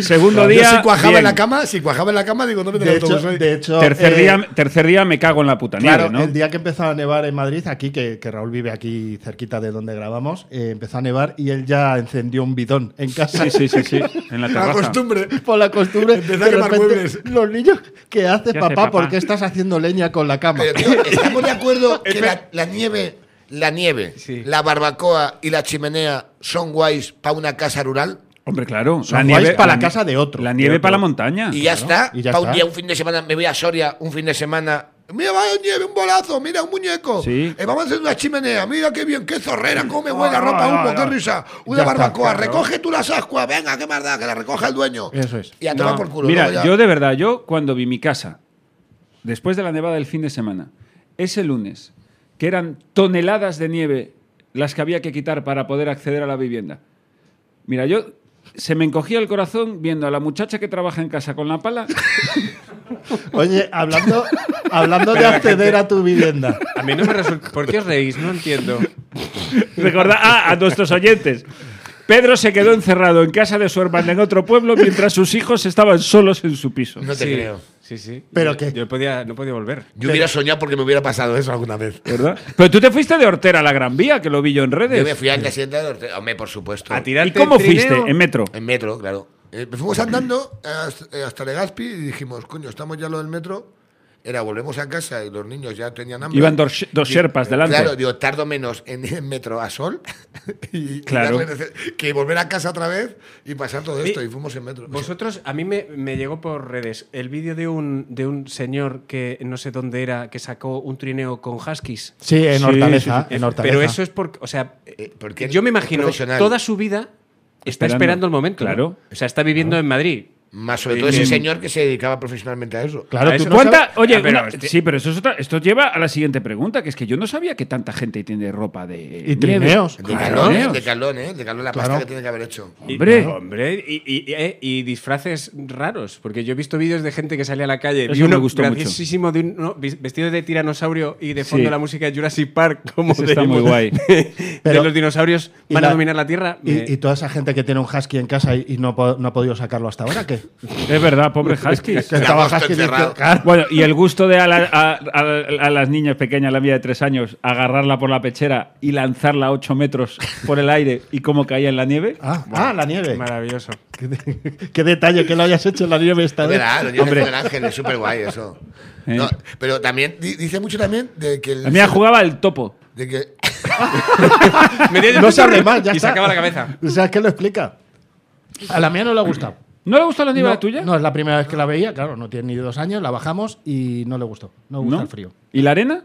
Speaker 3: Segundo
Speaker 2: Yo
Speaker 3: día.
Speaker 2: si cuajaba
Speaker 3: bien.
Speaker 2: en la cama, si cuajaba en la cama, digo, no me
Speaker 7: De
Speaker 2: el
Speaker 7: hecho,
Speaker 2: autobús hoy.
Speaker 7: de hecho,
Speaker 3: Tercer,
Speaker 7: eh,
Speaker 3: día, tercer día me cago en la puta nieve,
Speaker 7: Claro,
Speaker 3: ¿no?
Speaker 7: el día que empezó a nevar en Madrid, aquí, que, que Raúl vive aquí cerquita de donde grabamos, eh, empezó a nevar y él ya encendió un bidón en casa.
Speaker 3: Sí, sí, sí, sí. En la
Speaker 2: La
Speaker 3: terraza.
Speaker 2: costumbre.
Speaker 7: Por la costumbre,
Speaker 2: Empezó a
Speaker 7: de
Speaker 2: quemar
Speaker 7: repente,
Speaker 2: muebles.
Speaker 7: los niños, ¿qué haces,
Speaker 3: ¿Qué hace,
Speaker 7: papá?
Speaker 3: papá?
Speaker 7: ¿Por qué estás haciendo leña con la cama?
Speaker 2: Pero, tío, estamos de acuerdo que la, la nieve, la nieve, la barbacoa y la chimenea son guays para una casa rural
Speaker 3: Hombre, claro.
Speaker 7: Son guays pa' la casa de otro.
Speaker 3: La
Speaker 7: De
Speaker 3: nieve
Speaker 7: otro.
Speaker 3: para la montaña.
Speaker 2: y ya está.
Speaker 7: y ya
Speaker 2: para un
Speaker 7: está.
Speaker 2: día, un fin de semana, me voy a Soria, un fin de semana. Mira, vaya nieve, un bolazo, mira, un muñeco.
Speaker 3: Sí.
Speaker 2: Eh, vamos a hacer una chimenea, mira qué bien, qué zorrera, cómo me huele la ropa,
Speaker 3: no,
Speaker 2: humo,
Speaker 3: no,
Speaker 2: qué
Speaker 3: no.
Speaker 2: risa. Una
Speaker 7: Ya está,
Speaker 2: barbacoa, recoge tú las ascuas, venga, qué más da, que la recoja el dueño.
Speaker 7: Eso es.
Speaker 2: Y a tomar
Speaker 5: No.
Speaker 2: por culo.
Speaker 3: Mira,
Speaker 2: luego ya-
Speaker 3: yo de verdad, yo cuando vi mi casa, después de la nevada del fin de semana, ese lunes, que eran toneladas de nieve las que había que quitar para poder acceder a la vivienda. Mira, yo se me encogía el corazón viendo a la muchacha que trabaja en casa con la pala.
Speaker 7: Oye, hablando, hablando de acceder a tu vivienda.
Speaker 5: A mí no me resulta. ¿Por qué os reís? No entiendo.
Speaker 3: Recordad ah, a nuestros oyentes. Pedro se quedó encerrado en casa de su hermana en otro pueblo mientras sus hijos estaban solos en su piso.
Speaker 2: No te
Speaker 5: sí,
Speaker 2: creo.
Speaker 5: Sí, sí.
Speaker 7: ¿Pero
Speaker 5: yo,
Speaker 7: qué?
Speaker 5: Yo podía, no podía volver.
Speaker 2: Yo hubiera soñado porque me hubiera pasado eso alguna vez.
Speaker 3: ¿Verdad? Pero tú te fuiste de Hortera a la Gran Vía, que lo vi yo en
Speaker 2: Yo me
Speaker 3: redes.
Speaker 2: fui al asiento de Ortega. Hombre, por supuesto.
Speaker 5: A tirarte
Speaker 3: ¿Y cómo
Speaker 5: el trineo.
Speaker 3: fuiste? En metro.
Speaker 2: En metro, claro. Eh, fuimos andando hasta eh, hasta Legazpi y dijimos, coño, estamos ya lo del metro. Era, volvemos a casa y los niños ya tenían hambre.
Speaker 3: Iban dos, dos sherpas delante.
Speaker 2: Claro, digo, tardo menos en ir en metro a sol y, y
Speaker 3: Claro.
Speaker 2: darle nece- que volver a casa otra vez y pasar todo esto.
Speaker 5: Sí.
Speaker 2: Y fuimos en metro.
Speaker 5: Vosotros, a mí me, me llegó por redes el vídeo de un, de un señor que no sé dónde era, que sacó un trineo con huskies.
Speaker 7: Sí, en
Speaker 3: Sí,
Speaker 7: Hortaleza.
Speaker 3: sí,
Speaker 7: En Hortaleza.
Speaker 5: Pero eso es porque, o sea,
Speaker 2: Eh, porque
Speaker 5: yo me
Speaker 2: es
Speaker 5: imagino
Speaker 2: profesional.
Speaker 5: toda su vida está
Speaker 3: Esperando.
Speaker 5: esperando, el momento. ¿no?
Speaker 3: Claro.
Speaker 5: O sea, está viviendo en Madrid.
Speaker 2: Más sobre todo ese señor que se dedicaba profesionalmente a eso.
Speaker 7: Claro,
Speaker 5: a
Speaker 7: tú
Speaker 5: eso-
Speaker 7: no
Speaker 3: ¿Cuánta-
Speaker 7: sabes-
Speaker 3: Oye,
Speaker 5: Ah, pero
Speaker 3: una-
Speaker 5: este-
Speaker 3: sí, pero eso es otra- esto lleva a la siguiente pregunta, que es que yo no sabía que tanta gente tiene ropa de nieve.
Speaker 7: trineos.
Speaker 2: De
Speaker 3: Claro,
Speaker 2: calón,
Speaker 3: trineos.
Speaker 2: de calón, ¿eh? De calón la pasta
Speaker 7: Claro.
Speaker 2: que tiene que haber hecho.
Speaker 5: Y-
Speaker 3: Hombre.
Speaker 5: hombre, y, y- eh, y disfraces raros, porque yo he visto vídeos de gente que sale a la calle,
Speaker 3: Eso
Speaker 5: vi uno
Speaker 3: me gustó mucho.
Speaker 5: graciosísimo de un- uno vi- vestido de tiranosaurio y de
Speaker 3: Sí.
Speaker 5: fondo la música de Jurassic Park, como
Speaker 3: Eso
Speaker 5: de,
Speaker 3: está muy guay.
Speaker 5: de
Speaker 7: Pero-
Speaker 5: los dinosaurios
Speaker 7: y
Speaker 5: van
Speaker 7: la-
Speaker 5: a dominar la Tierra.
Speaker 7: Y,
Speaker 5: Me-
Speaker 7: y toda esa gente que tiene un husky en casa y, y no, po- no ha podido sacarlo hasta ahora, ¿qué?
Speaker 3: Es verdad, pobre Huskies.
Speaker 7: Que
Speaker 2: En
Speaker 7: estaba
Speaker 2: agosto
Speaker 7: husky diciendo,
Speaker 2: encerrado.
Speaker 7: claro.
Speaker 3: Bueno, y el gusto de a, la- a- a- a las niñas pequeñas, la mía de tres años, agarrarla por la pechera y lanzarla a ocho metros por el aire y cómo caía en la nieve.
Speaker 7: Ah, ah, la nieve.
Speaker 5: Maravilloso.
Speaker 7: Qué, qué detalle que lo hayas hecho en la nieve esta
Speaker 2: Es
Speaker 7: vez.
Speaker 2: verdad, ah, lo llevan
Speaker 3: Hombre.
Speaker 2: con el ángel, es súper guay eso.
Speaker 3: Eh.
Speaker 2: No, pero también di- dice mucho también de que el,
Speaker 3: La mía jugaba al topo.
Speaker 2: de que
Speaker 5: Me-
Speaker 7: No sabe más, ya
Speaker 5: y
Speaker 7: está.
Speaker 5: sacaba la cabeza.
Speaker 7: O sea, es que lo explica. A la mía no le ha gustado.
Speaker 3: ¿No le gustó la nieve a
Speaker 7: no,
Speaker 3: la tuya?
Speaker 7: No, es la primera vez que la veía, claro, no tiene ni dos años, la bajamos y no le gustó. No le gusta
Speaker 3: ¿No?
Speaker 7: el frío.
Speaker 3: ¿Y la arena?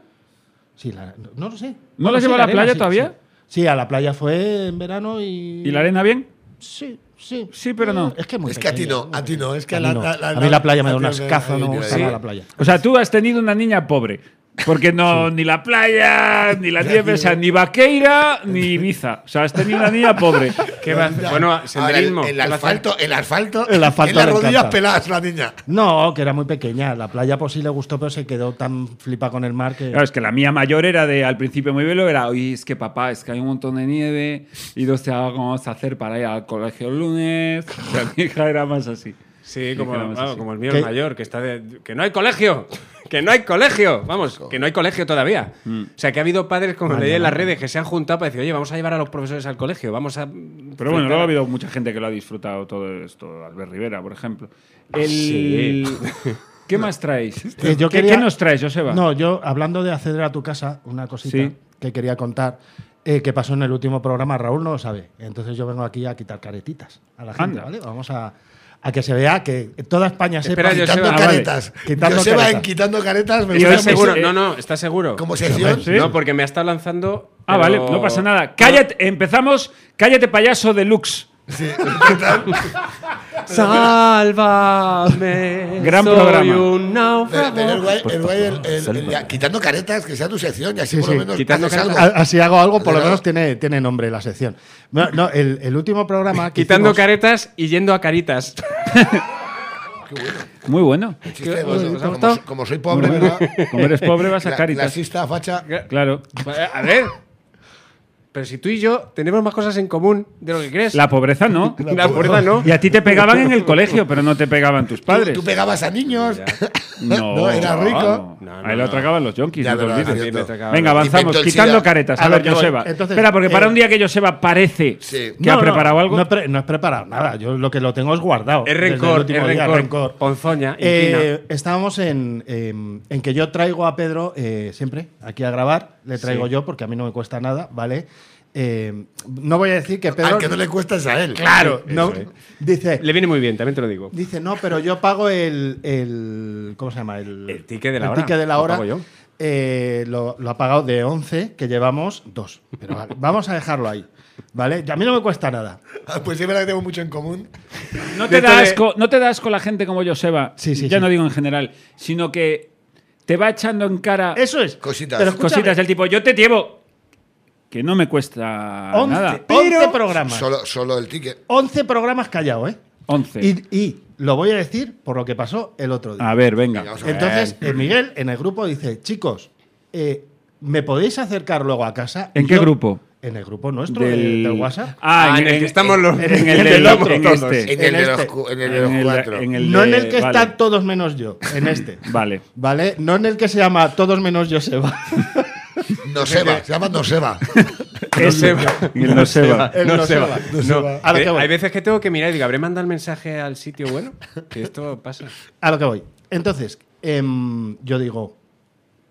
Speaker 7: Sí, la- no, no lo sé.
Speaker 3: ¿No la
Speaker 7: sí,
Speaker 3: lleva a la
Speaker 7: arena,
Speaker 3: playa
Speaker 7: sí,
Speaker 3: todavía?
Speaker 7: Sí. Sí, a la playa fue en verano y.
Speaker 3: ¿Y la arena bien?
Speaker 7: Sí, sí.
Speaker 3: Sí, pero no.
Speaker 7: Es que es muy
Speaker 2: Es que a ti no,
Speaker 7: pequeña,
Speaker 2: a
Speaker 7: muy
Speaker 2: ti no, es que
Speaker 7: pequeña.
Speaker 2: a la- la- la-
Speaker 7: mí la playa me da
Speaker 2: la-
Speaker 7: unas
Speaker 2: la-
Speaker 7: cazas, no me
Speaker 2: la-
Speaker 7: gusta
Speaker 2: sí.
Speaker 7: nada la playa.
Speaker 3: O sea, tú has tenido una niña pobre. Porque no, ni la playa, ni la nieve, o sea, ni vaqueira, ni Ibiza. O sea, has tenido una niña pobre.
Speaker 5: ¿Qué va a hacer? Bueno,
Speaker 2: Ahora, Ah, el,
Speaker 5: senderismo.
Speaker 2: el
Speaker 5: ¿qué va a hacer?
Speaker 2: asfalto, el asfalto,
Speaker 7: El asfalto
Speaker 2: en las
Speaker 7: le
Speaker 2: rodillas
Speaker 7: encanta.
Speaker 2: peladas la niña.
Speaker 7: No, que era muy pequeña. La playa, pues sí le gustó, pero se quedó tan flipa con el mar que.
Speaker 3: Claro, es que la mía mayor era de al principio muy velo, era, oye, es que papá, es que hay un montón de nieve y no sé cómo vamos a hacer para ir al colegio el lunes. O sea, mi hija era más así.
Speaker 5: Sí, como,
Speaker 3: Dijéramos
Speaker 5: claro,
Speaker 3: así.
Speaker 5: como el mío
Speaker 7: ¿Qué?
Speaker 5: el mayor, que está de. ¡Que no hay colegio! ¡Que no hay colegio! Vamos, que no hay colegio todavía.
Speaker 3: Mm.
Speaker 5: O sea, que ha habido padres, como leí en las redes, que se han juntado para decir, oye, vamos a llevar a los profesores al colegio, vamos a.
Speaker 3: Pero bueno, luego ha habido mucha gente que lo ha disfrutado todo esto. Albert Rivera, por ejemplo. El... ¿Qué más traéis?
Speaker 7: Eh, yo
Speaker 3: ¿Qué,
Speaker 7: quería-
Speaker 3: qué nos traes, Joseba?
Speaker 7: No, yo, hablando de acceder a tu casa, una cosita
Speaker 3: Sí.
Speaker 7: que quería contar. eh, que pasó en el último programa, Raúl no lo sabe. Entonces yo vengo aquí a quitar caretitas a la gente,
Speaker 3: Anda.
Speaker 7: ¿vale? Vamos a, a que se vea que toda España
Speaker 5: Espera,
Speaker 7: sepa.
Speaker 5: Joseba.
Speaker 2: Quitando
Speaker 3: Ah, vale.
Speaker 2: caretas.
Speaker 7: Quitando
Speaker 2: Joseba
Speaker 7: caretas.
Speaker 2: en quitando caretas me
Speaker 3: Yo
Speaker 5: ¿Estás
Speaker 2: gusta
Speaker 3: ese-
Speaker 2: mucho.
Speaker 5: seguro?
Speaker 3: eh,
Speaker 5: No, no, ¿estás seguro?
Speaker 2: Como sección.
Speaker 3: Sí.
Speaker 5: No, porque me ha estado lanzando.
Speaker 3: Ah, vale,
Speaker 5: pero-
Speaker 3: no pasa nada. Cállate, empezamos. Cállate, payaso deluxe.
Speaker 5: Sálvame.
Speaker 3: Gran
Speaker 5: soy
Speaker 3: programa.
Speaker 5: un
Speaker 2: Pero-
Speaker 5: náufrago.
Speaker 2: pero el guay-
Speaker 3: Pues
Speaker 2: el guay, el- el-
Speaker 6: Salva.
Speaker 2: ya, quitando caretas, que sea tu sección y así
Speaker 7: Sí,
Speaker 2: por lo
Speaker 7: sí,
Speaker 2: menos
Speaker 5: quitando
Speaker 2: haces algo.
Speaker 7: A- Así hago algo, por lo
Speaker 2: Claro.
Speaker 7: menos tiene, tiene nombre la sección. No, no, el, el último programa. que
Speaker 5: Quitando
Speaker 7: hicimos-
Speaker 5: caretas y yendo a caritas.
Speaker 3: Muy bueno.
Speaker 2: Chiste,
Speaker 5: ¿Qué-
Speaker 2: pues,
Speaker 5: os- os ha
Speaker 2: como,
Speaker 5: gustado?
Speaker 2: so- como soy pobre, ¿verdad?
Speaker 3: Como eres pobre, vas a
Speaker 2: La-
Speaker 3: Caritas.
Speaker 2: clasista, facha.
Speaker 3: Claro.
Speaker 5: A ver. Pero si tú y yo tenemos más cosas en común de lo que crees.
Speaker 3: La pobreza no.
Speaker 5: La pobreza no.
Speaker 3: Y a ti te pegaban en el colegio, pero no te pegaban tus padres.
Speaker 2: Tú, tú pegabas a niños.
Speaker 3: No,
Speaker 2: No, era rico.
Speaker 3: No,
Speaker 5: No, no,
Speaker 3: Ahí lo
Speaker 5: no.
Speaker 3: tragaban los yonkis.
Speaker 2: Ya,
Speaker 3: no te
Speaker 2: verdad,
Speaker 3: olvides.
Speaker 2: es cierto.
Speaker 3: Venga, avanzamos,
Speaker 2: Inventó el
Speaker 3: quitando
Speaker 2: SIDA.
Speaker 3: caretas. A
Speaker 7: A
Speaker 3: ver,
Speaker 7: lo que voy.
Speaker 3: Joseba.
Speaker 7: Entonces,
Speaker 3: Espera, porque para
Speaker 7: eh,
Speaker 3: un día que Joseba parece
Speaker 2: Sí.
Speaker 3: que
Speaker 7: No,
Speaker 3: ha
Speaker 7: no,
Speaker 3: preparado algo.
Speaker 7: No, he pre- no he preparado nada. Yo lo que lo tengo es guardado.
Speaker 5: Es
Speaker 7: desde el
Speaker 5: rencor,
Speaker 7: último
Speaker 5: es
Speaker 7: día,
Speaker 5: rencor. Ponzoña,
Speaker 7: Eh,
Speaker 5: inclina.
Speaker 7: estábamos en, em, en que yo traigo a Pedro eh, siempre aquí a grabar. Le traigo yo porque a mí no me cuesta nada, ¿vale? Eh, no voy a decir que Pedro.
Speaker 2: Al que no le cuesta es a él.
Speaker 7: Claro, no,
Speaker 5: Eso es.
Speaker 7: dice,
Speaker 5: Le viene muy bien, también te lo digo.
Speaker 7: dice, no, pero yo pago el. el- ¿Cómo se llama? El,
Speaker 5: El ticket de la
Speaker 7: el
Speaker 5: hora.
Speaker 7: ticket de la
Speaker 5: Lo
Speaker 7: hora.
Speaker 5: pago yo.
Speaker 7: Eh, lo, lo ha pagado de 11, que llevamos dos. Pero vale, vamos a dejarlo ahí. ¿Vale? Y A mí no me cuesta nada.
Speaker 2: Ah, Pues sí, verdad que tengo mucho en común.
Speaker 3: No te,
Speaker 5: Esto
Speaker 3: da
Speaker 5: de-
Speaker 3: asco, no te da asco la gente como Joseba,
Speaker 7: Sí, sí,
Speaker 3: ya
Speaker 7: sí.
Speaker 3: no digo en general, sino que te va echando en cara
Speaker 7: Eso es.
Speaker 2: Cositas.
Speaker 7: Pero escúchame,
Speaker 3: cositas del tipo, yo te llevo, que no me cuesta
Speaker 7: 11,
Speaker 3: nada.
Speaker 7: 11 programas.
Speaker 2: Solo, solo el ticket.
Speaker 7: 11 programas callado, ¿eh?
Speaker 3: 11.
Speaker 7: Y, y lo voy a decir por lo que pasó el otro día.
Speaker 3: A ver, venga.
Speaker 2: Venga, vamos a ver.
Speaker 7: Entonces, eh, Miguel en el grupo dice, chicos, eh, ¿me podéis acercar luego a casa?
Speaker 3: ¿En
Speaker 7: Y
Speaker 3: qué grupo?
Speaker 7: En el grupo nuestro, del, del WhatsApp.
Speaker 3: Ah,
Speaker 5: Ah, en el que estamos los-
Speaker 3: En, en el
Speaker 7: en
Speaker 3: del
Speaker 7: el otro,
Speaker 3: en
Speaker 5: todos.
Speaker 3: este.
Speaker 2: en el, de los,
Speaker 7: este.
Speaker 2: cu- en el de los
Speaker 3: En el-
Speaker 2: cuatro.
Speaker 3: en el
Speaker 7: no en
Speaker 3: de-
Speaker 7: el que
Speaker 3: vale.
Speaker 7: están todos menos yo, en este.
Speaker 3: Vale.
Speaker 7: ¿Vale? No en el que se llama todos menos Joseba.
Speaker 2: No se va, se llama No se va.
Speaker 5: No
Speaker 3: Ese.
Speaker 5: se va.
Speaker 3: El no se va.
Speaker 7: El no se va.
Speaker 5: No,
Speaker 7: A lo que
Speaker 5: Eh,
Speaker 7: voy.
Speaker 5: Hay veces que tengo que mirar y digo, ¿habré mandado el mensaje al sitio bueno? Que esto pasa.
Speaker 7: A lo que voy. Entonces, em, yo digo,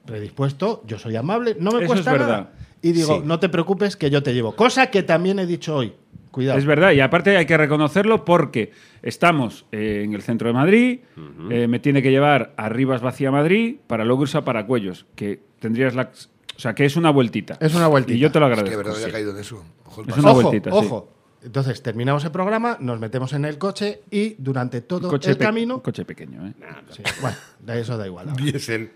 Speaker 7: predispuesto, yo soy amable, no me
Speaker 3: Eso
Speaker 7: cuesta
Speaker 3: es verdad.
Speaker 7: nada. Y digo,
Speaker 5: Sí.
Speaker 7: no te preocupes que yo te llevo. Cosa que también he dicho hoy. Cuidado.
Speaker 3: Es verdad, y aparte hay que reconocerlo porque estamos eh, en el centro de Madrid, eh, me tiene que llevar a Rivas Vacía Madrid para luego irse a Paracuellos, que tendrías la... O sea, que es una vueltita.
Speaker 7: Es una vueltita.
Speaker 3: Y yo te lo
Speaker 2: Es que
Speaker 3: agradezco.
Speaker 2: verdad había
Speaker 3: pues sí.
Speaker 2: caído en eso. Ojo, el
Speaker 3: Es
Speaker 2: paso.
Speaker 3: una
Speaker 7: ojo,
Speaker 3: vueltita, sí.
Speaker 7: ojo. Entonces, terminamos el programa, nos metemos en el coche y durante todo
Speaker 3: coche
Speaker 7: el
Speaker 3: pe-
Speaker 7: camino.
Speaker 3: un coche pequeño, ¿eh?
Speaker 7: Sí, bueno, de eso da igual. ahora.
Speaker 2: Diésel.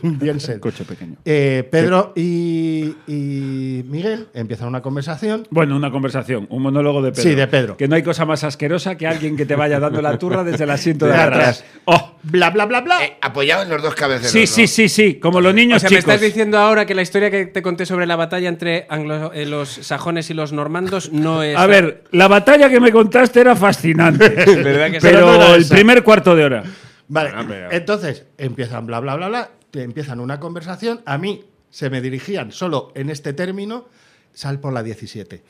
Speaker 7: Bien ser.
Speaker 3: Coche pequeño.
Speaker 7: Eh, Pedro y, y Miguel empiezan una conversación.
Speaker 3: Bueno, una conversación, un monólogo de Pedro.
Speaker 7: Sí, de Pedro.
Speaker 3: Que no hay cosa más asquerosa que alguien que te vaya dando la turra desde el asiento de,
Speaker 7: De
Speaker 3: atrás.
Speaker 7: atrás.
Speaker 3: Oh,
Speaker 7: Bla, bla, bla, bla.
Speaker 2: Eh, apoyado en los dos cabeceros.
Speaker 3: sí, sí,
Speaker 2: ¿no?
Speaker 3: sí, sí, como los niños
Speaker 5: O sea, me
Speaker 3: chicos.
Speaker 5: estás diciendo ahora que la historia que te conté sobre la batalla entre anglo- eh, los sajones y los normandos no es.
Speaker 3: A ver, la batalla que me contaste era fascinante.
Speaker 5: ¿Verdad que sí?
Speaker 3: pero
Speaker 7: Pero no era
Speaker 3: el
Speaker 7: esa.
Speaker 3: primer cuarto de hora.
Speaker 7: Vale,
Speaker 3: Ah,
Speaker 7: entonces empiezan bla, bla, bla, bla, te empiezan una conversación. A mí se me dirigían solo en este término, sal por la 17.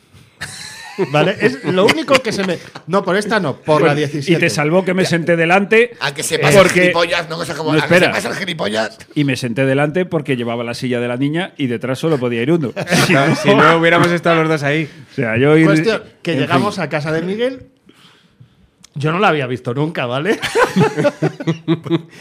Speaker 7: ¿Vale? Es lo único que se me. No, por esta no, por la 17.
Speaker 3: Y te salvó que me senté delante.
Speaker 2: A que se pase
Speaker 3: Eh, Porque-
Speaker 2: el gilipollas, no cosa como.
Speaker 3: No,
Speaker 2: a que se
Speaker 3: espera.
Speaker 2: pase el gilipollas.
Speaker 3: Y me senté delante porque llevaba la silla de la niña y detrás solo podía ir uno. Si no-
Speaker 5: Claro, Si no hubiéramos estado los dos ahí.
Speaker 3: o sea, yo ir-
Speaker 7: Cuestión, que
Speaker 3: en fin.
Speaker 7: llegamos a casa de Miguel. Yo no la había visto nunca, ¿vale?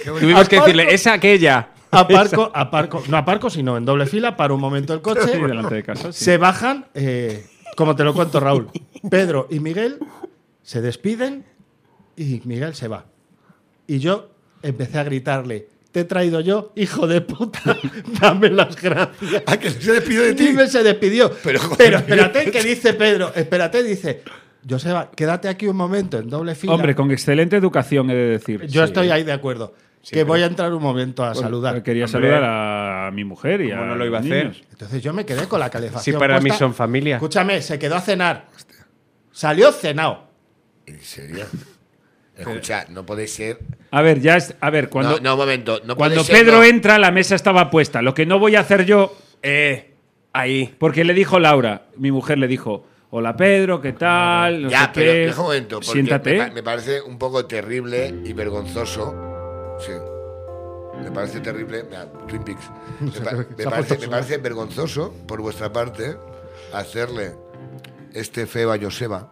Speaker 5: Tuvimos que decirle, es aquella.
Speaker 7: Aparco, aparco. No aparco, sino en doble fila, paro un momento el coche.
Speaker 3: Sí, delante de casa. Pues sí.
Speaker 7: Se bajan, eh, como te lo cuento Raúl, Pedro y Miguel se despiden y Miguel se va. Y yo empecé a gritarle, te he traído yo, hijo de puta, dame las gracias.
Speaker 2: ¿A que se despidió de ti?
Speaker 7: Dime, se despidió.
Speaker 2: Pero,
Speaker 7: Pero,
Speaker 2: joder,
Speaker 7: espérate, que dice Pedro, espérate, dice, Joseba, quédate aquí un momento en doble fila.
Speaker 3: Hombre, con excelente educación, he de decir.
Speaker 7: Yo estoy ahí de acuerdo. que voy a entrar un momento a saludar.
Speaker 3: Quería
Speaker 5: Hombre.
Speaker 3: saludar a mi mujer y a.
Speaker 5: ¿Cómo no lo iba a
Speaker 3: los
Speaker 5: hacer?
Speaker 3: niños.
Speaker 7: Entonces yo me quedé con la calefacción.
Speaker 5: Sí, para mí
Speaker 7: puesta.
Speaker 5: son familia.
Speaker 7: Escúchame, se quedó a cenar. Salió cenado.
Speaker 2: ¿En serio? Escucha, no podéis ser.
Speaker 3: A ver, ya es. A ver, cuando,
Speaker 2: no, no, un momento. No
Speaker 3: cuando
Speaker 2: podéis ser,
Speaker 3: Pedro
Speaker 2: no.
Speaker 3: entra, la mesa estaba puesta. Lo que no voy a hacer yo,
Speaker 5: Eh, ahí.
Speaker 3: porque le dijo Laura, mi mujer le dijo: Hola Pedro, ¿qué tal? No sé
Speaker 2: Ya, pero
Speaker 3: qué.
Speaker 2: deja un momento. porque
Speaker 3: Siéntate.
Speaker 2: Me, pa- me parece un poco terrible y vergonzoso. Sí. Me parece terrible. Mira, Twin Peaks. Me, pa- me parece, me parece vergonzoso por vuestra parte hacerle este feo a Joseba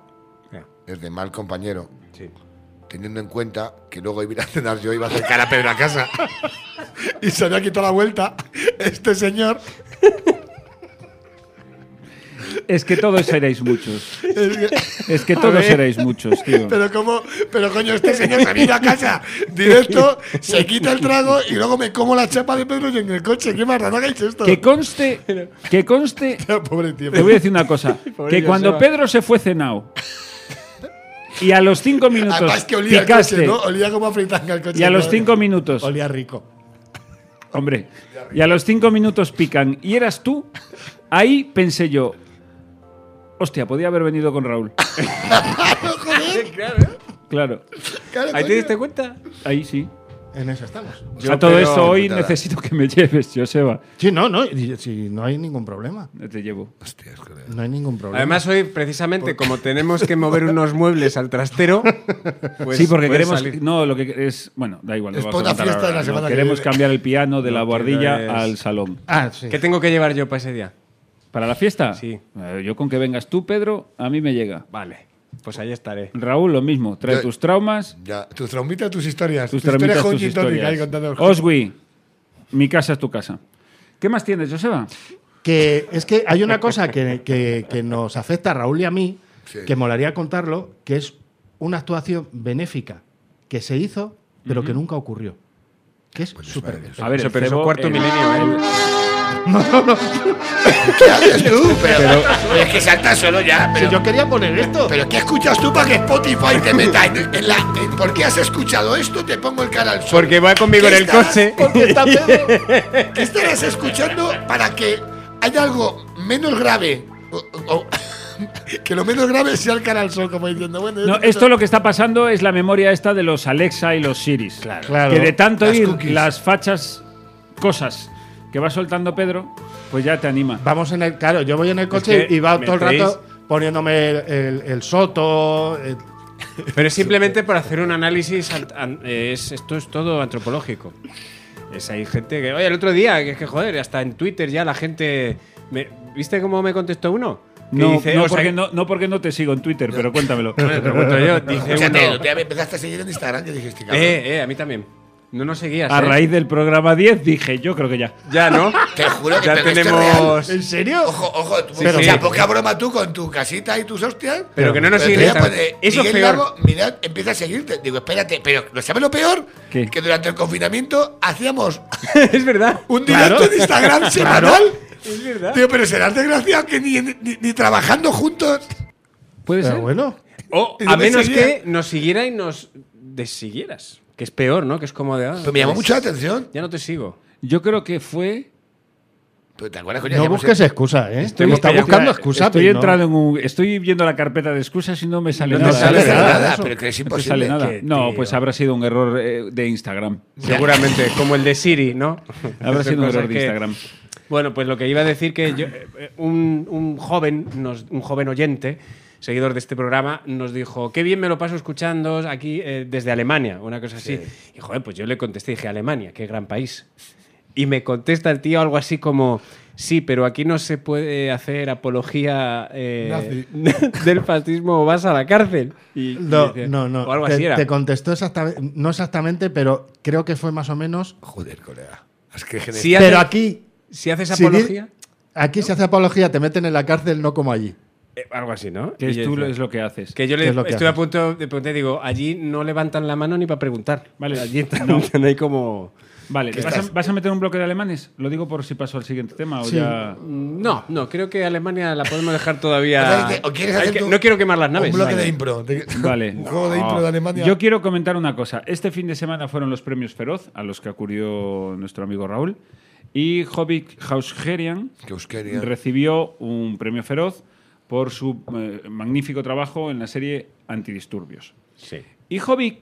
Speaker 5: Ya.
Speaker 2: desde mal compañero.
Speaker 5: Sí.
Speaker 2: Teniendo en cuenta que luego iba a ir a cenar yo, iba a acercar a Pedro a casa. y se había quitado la vuelta este señor.
Speaker 3: Es que todos seréis muchos.
Speaker 2: Es que-
Speaker 3: Es que todos
Speaker 2: ver.
Speaker 3: seréis muchos, tío.
Speaker 2: Pero cómo, pero coño, este señor se ha ido a casa directo, se quita el trago y luego me como la chapa de Pedro y en el coche. ¿Qué más raro hagáis esto?
Speaker 3: Que conste, que conste
Speaker 2: Pobre tío.
Speaker 3: Te voy a decir una cosa.
Speaker 5: Pobre
Speaker 3: que cuando
Speaker 5: Joseba.
Speaker 3: Pedro se fue cenado y a los cinco minutos
Speaker 2: Además que olía el
Speaker 3: picaste
Speaker 2: coche, ¿no? Olía como a fritanga el coche.
Speaker 3: y a los
Speaker 2: ¿no?
Speaker 3: cinco minutos,
Speaker 7: Olía rico.
Speaker 3: hombre, y a los cinco minutos pican y eras tú, ahí pensé yo, hostia, podía haber venido con Raúl. claro, ¿eh?
Speaker 2: Claro,
Speaker 5: ¿Ahí este-
Speaker 2: coño.
Speaker 5: te diste cuenta?
Speaker 3: ahí sí.
Speaker 7: En eso estamos.
Speaker 5: Yo,
Speaker 3: a todo
Speaker 5: pero-
Speaker 3: esto hoy
Speaker 2: putada.
Speaker 3: necesito que me lleves, Joseba.
Speaker 7: Sí, no, no, y- sí, no hay ningún problema.
Speaker 3: Te llevo.
Speaker 2: Hostias, joder.
Speaker 7: No hay ningún problema.
Speaker 5: Además, hoy, precisamente, como tenemos que mover unos muebles al trastero. pues
Speaker 3: sí, porque
Speaker 5: puedes
Speaker 3: queremos.
Speaker 5: salir.
Speaker 3: No, lo que es. Bueno, da igual. lo
Speaker 2: Es
Speaker 3: vas a
Speaker 2: por la
Speaker 3: contar
Speaker 2: fiesta de
Speaker 3: ahora,
Speaker 2: la
Speaker 3: ¿no?
Speaker 2: semana que
Speaker 3: Queremos
Speaker 2: viene.
Speaker 3: cambiar el piano de la
Speaker 5: No, que
Speaker 3: guardilla
Speaker 5: no es-
Speaker 3: al salón.
Speaker 7: ah, sí.
Speaker 5: ¿Qué tengo que llevar yo para ese día?
Speaker 3: ¿Para la fiesta?
Speaker 5: Sí.
Speaker 3: Eh, yo con que vengas tú, Pedro, a mí me llega.
Speaker 5: Vale, pues ahí estaré.
Speaker 3: Raúl, lo mismo. Trae
Speaker 2: Yo-
Speaker 3: tus traumas,
Speaker 2: Ya, tus traumitas, tus historias.
Speaker 3: tus
Speaker 2: Tu historia
Speaker 3: tramitas,
Speaker 2: con
Speaker 3: tus
Speaker 2: gin tonic
Speaker 3: historias.
Speaker 2: ahí contando los-
Speaker 3: Oswi, mi casa es tu casa. ¿Qué más tienes, Joseba?
Speaker 7: Que es que hay una cosa que, que- que nos afecta a Raúl y a mí,
Speaker 2: Sí.
Speaker 7: que molaría contarlo, que es una actuación benéfica que se hizo, pero que nunca ocurrió. Que es súper bien.
Speaker 3: A ver,
Speaker 5: Eso,
Speaker 3: el
Speaker 5: pero eso
Speaker 3: cebo-
Speaker 5: cuarto
Speaker 3: el-
Speaker 5: milenio, ¿eh?
Speaker 2: ¿Qué haces tú? Pero, pero es que saltas solo ya.
Speaker 7: Si
Speaker 2: Pero,
Speaker 7: yo quería poner esto.
Speaker 2: pero ¿qué escuchas tú para que Spotify te meta en, en la. en- ¿Por qué has escuchado esto? Te pongo el canal. Sur.
Speaker 5: Porque va conmigo en el
Speaker 2: ¿Qué estarás-
Speaker 5: coche.
Speaker 7: Porque está Pedro.
Speaker 2: ¿Qué estarás escuchando para que haya algo menos grave? O- o- que lo menos grave sea el canal sol, como diciendo, bueno,
Speaker 3: No, esto lo que está pasando es la memoria esta de los Alexa y los Siris. Claro.
Speaker 7: Claro.
Speaker 3: Que de tanto
Speaker 2: Las
Speaker 3: ir
Speaker 2: cookies.
Speaker 3: las fachas cosas que va soltando Pedro, pues ya te anima.
Speaker 7: Vamos en el. Claro, yo voy en el coche
Speaker 5: que
Speaker 7: y va todo el
Speaker 5: me
Speaker 7: rato poniéndome el, el- el soto. el-
Speaker 5: Pero es simplemente por hacer un análisis, an- an- eh, es- esto es todo antropológico. Es hay gente que, oye, el otro día, que es que joder, hasta en Twitter ya la gente, me- ¿viste cómo me contestó uno? Que
Speaker 3: No,
Speaker 5: dice,
Speaker 3: no
Speaker 5: o sea,
Speaker 3: porque no, no porque no te sigo en Twitter, pero cuéntamelo.
Speaker 5: Te pregunto yo, dice uno,
Speaker 2: Escúchate, te empezaste a seguir en Instagram que dijiste, cabrón.
Speaker 5: eh, eh, a mí también. No nos seguías.
Speaker 3: A
Speaker 5: ¿eh?
Speaker 3: raíz del programa 10 dije, yo creo que ya.
Speaker 5: Ya, ¿no?
Speaker 2: Te juro que
Speaker 5: ya
Speaker 2: pero que esto es
Speaker 5: tenemos.
Speaker 7: ¿En serio?
Speaker 2: real. Ojo, ojo, tú,
Speaker 5: Sí,
Speaker 2: o
Speaker 5: sí.
Speaker 2: sea, poca broma tú con tu casita y tus hostias.
Speaker 5: Pero que no nos
Speaker 2: Pero
Speaker 5: siguen.
Speaker 2: te
Speaker 5: en
Speaker 2: digo, pues,
Speaker 5: Instagram.
Speaker 2: eh,
Speaker 5: Eso es
Speaker 2: Miguel
Speaker 5: peor.
Speaker 2: Lago, mirad, empieza a seguirte. Digo, espérate, pero ¿lo sabes lo peor?
Speaker 3: ¿Qué?
Speaker 2: Que durante el confinamiento hacíamos
Speaker 5: es verdad.
Speaker 2: un directo en Instagram semanal.
Speaker 5: Es verdad.
Speaker 2: Digo, pero serás desgraciado que ni, ni- ni trabajando juntos.
Speaker 3: Puede
Speaker 7: Pero
Speaker 3: ser.
Speaker 7: bueno.
Speaker 5: O
Speaker 2: Y no
Speaker 5: a
Speaker 2: me
Speaker 5: menos
Speaker 2: seguía.
Speaker 5: que nos siguiera y nos desiguieras. Que es peor, ¿no? Que es como de. ah,
Speaker 2: Pero me llamó
Speaker 5: pues,
Speaker 2: mucho la atención.
Speaker 5: Ya no te sigo.
Speaker 3: Yo creo que fue.
Speaker 2: Pero ¿Te acuerdas, coño?
Speaker 7: No
Speaker 2: Hacíamos
Speaker 7: busques excusa, ¿eh?
Speaker 5: Estoy-
Speaker 7: está
Speaker 5: estoy-
Speaker 7: buscando excusa.
Speaker 3: Estoy entrando en un. Estoy viendo la carpeta de excusas y no me sale
Speaker 5: No te
Speaker 3: nada.
Speaker 2: sale
Speaker 5: Sale
Speaker 2: nada,
Speaker 7: nada, eso.
Speaker 2: pero que es
Speaker 3: No te
Speaker 2: imposible.
Speaker 3: sale nada.
Speaker 5: Qué
Speaker 3: No,
Speaker 5: tío.
Speaker 3: pues habrá sido un error eh, de Instagram.
Speaker 5: Seguramente, como el de Siri, ¿no?
Speaker 3: Habrá
Speaker 5: Son
Speaker 3: sido un
Speaker 5: cosas
Speaker 3: error de
Speaker 5: que-
Speaker 3: Instagram.
Speaker 5: Bueno, pues lo que iba a decir que yo- eh, eh, un, un joven, nos- un joven oyente, seguidor de este programa, nos dijo, qué bien me lo paso escuchando aquí eh, desde Alemania, una cosa así. Y joder, pues yo le contesté, dije, Alemania, qué gran país. Y me contesta el tío algo así como, sí, pero aquí no se puede hacer apología eh, del fascismo o vas a la cárcel. Y- y
Speaker 7: No,
Speaker 5: dice-
Speaker 7: no, no.
Speaker 5: O algo
Speaker 7: te,
Speaker 5: así era.
Speaker 7: te contestó exactamente, no exactamente, pero creo que fue más o menos.
Speaker 2: Joder, colega. Es que gener-
Speaker 5: Si haces,
Speaker 7: Pero aquí,
Speaker 5: si haces
Speaker 7: si di-
Speaker 5: apología...
Speaker 7: aquí se hace apología, te meten en la cárcel, no como allí.
Speaker 5: Eh, algo así, ¿no?
Speaker 3: Que
Speaker 5: Y
Speaker 3: es
Speaker 5: yo
Speaker 3: tú
Speaker 5: decía-
Speaker 3: es lo que haces.
Speaker 5: Que yo le
Speaker 7: ¿Qué es lo que
Speaker 5: estoy a
Speaker 7: haces?
Speaker 5: punto de preguntar, digo, allí no levantan la mano ni para preguntar.
Speaker 3: Vale.
Speaker 5: allí están,
Speaker 3: No.
Speaker 5: están ahí como.
Speaker 3: Vale, ¿vas a, vas a meter un bloque de alemanes? Lo digo por si paso al siguiente tema o ya...
Speaker 5: Mm, No, no, creo que Alemania la podemos dejar todavía.
Speaker 2: O sea, Ah, que- o quieres
Speaker 5: Hay
Speaker 2: hacer
Speaker 5: que-
Speaker 2: tú
Speaker 5: no quiero quemar las naves.
Speaker 2: Un bloque
Speaker 5: Vale.
Speaker 2: de impro. de-
Speaker 3: Vale. Ah.
Speaker 2: Un juego de impro de Alemania.
Speaker 3: Yo quiero comentar una cosa. Este fin de semana fueron los premios Feroz, a los que acudió nuestro amigo Raúl. Y Jobbik Hauskerian
Speaker 2: Que os quería.
Speaker 3: recibió un premio Feroz por su eh, magnífico trabajo en la serie Antidisturbios.
Speaker 5: Sí.
Speaker 3: Y Jobbik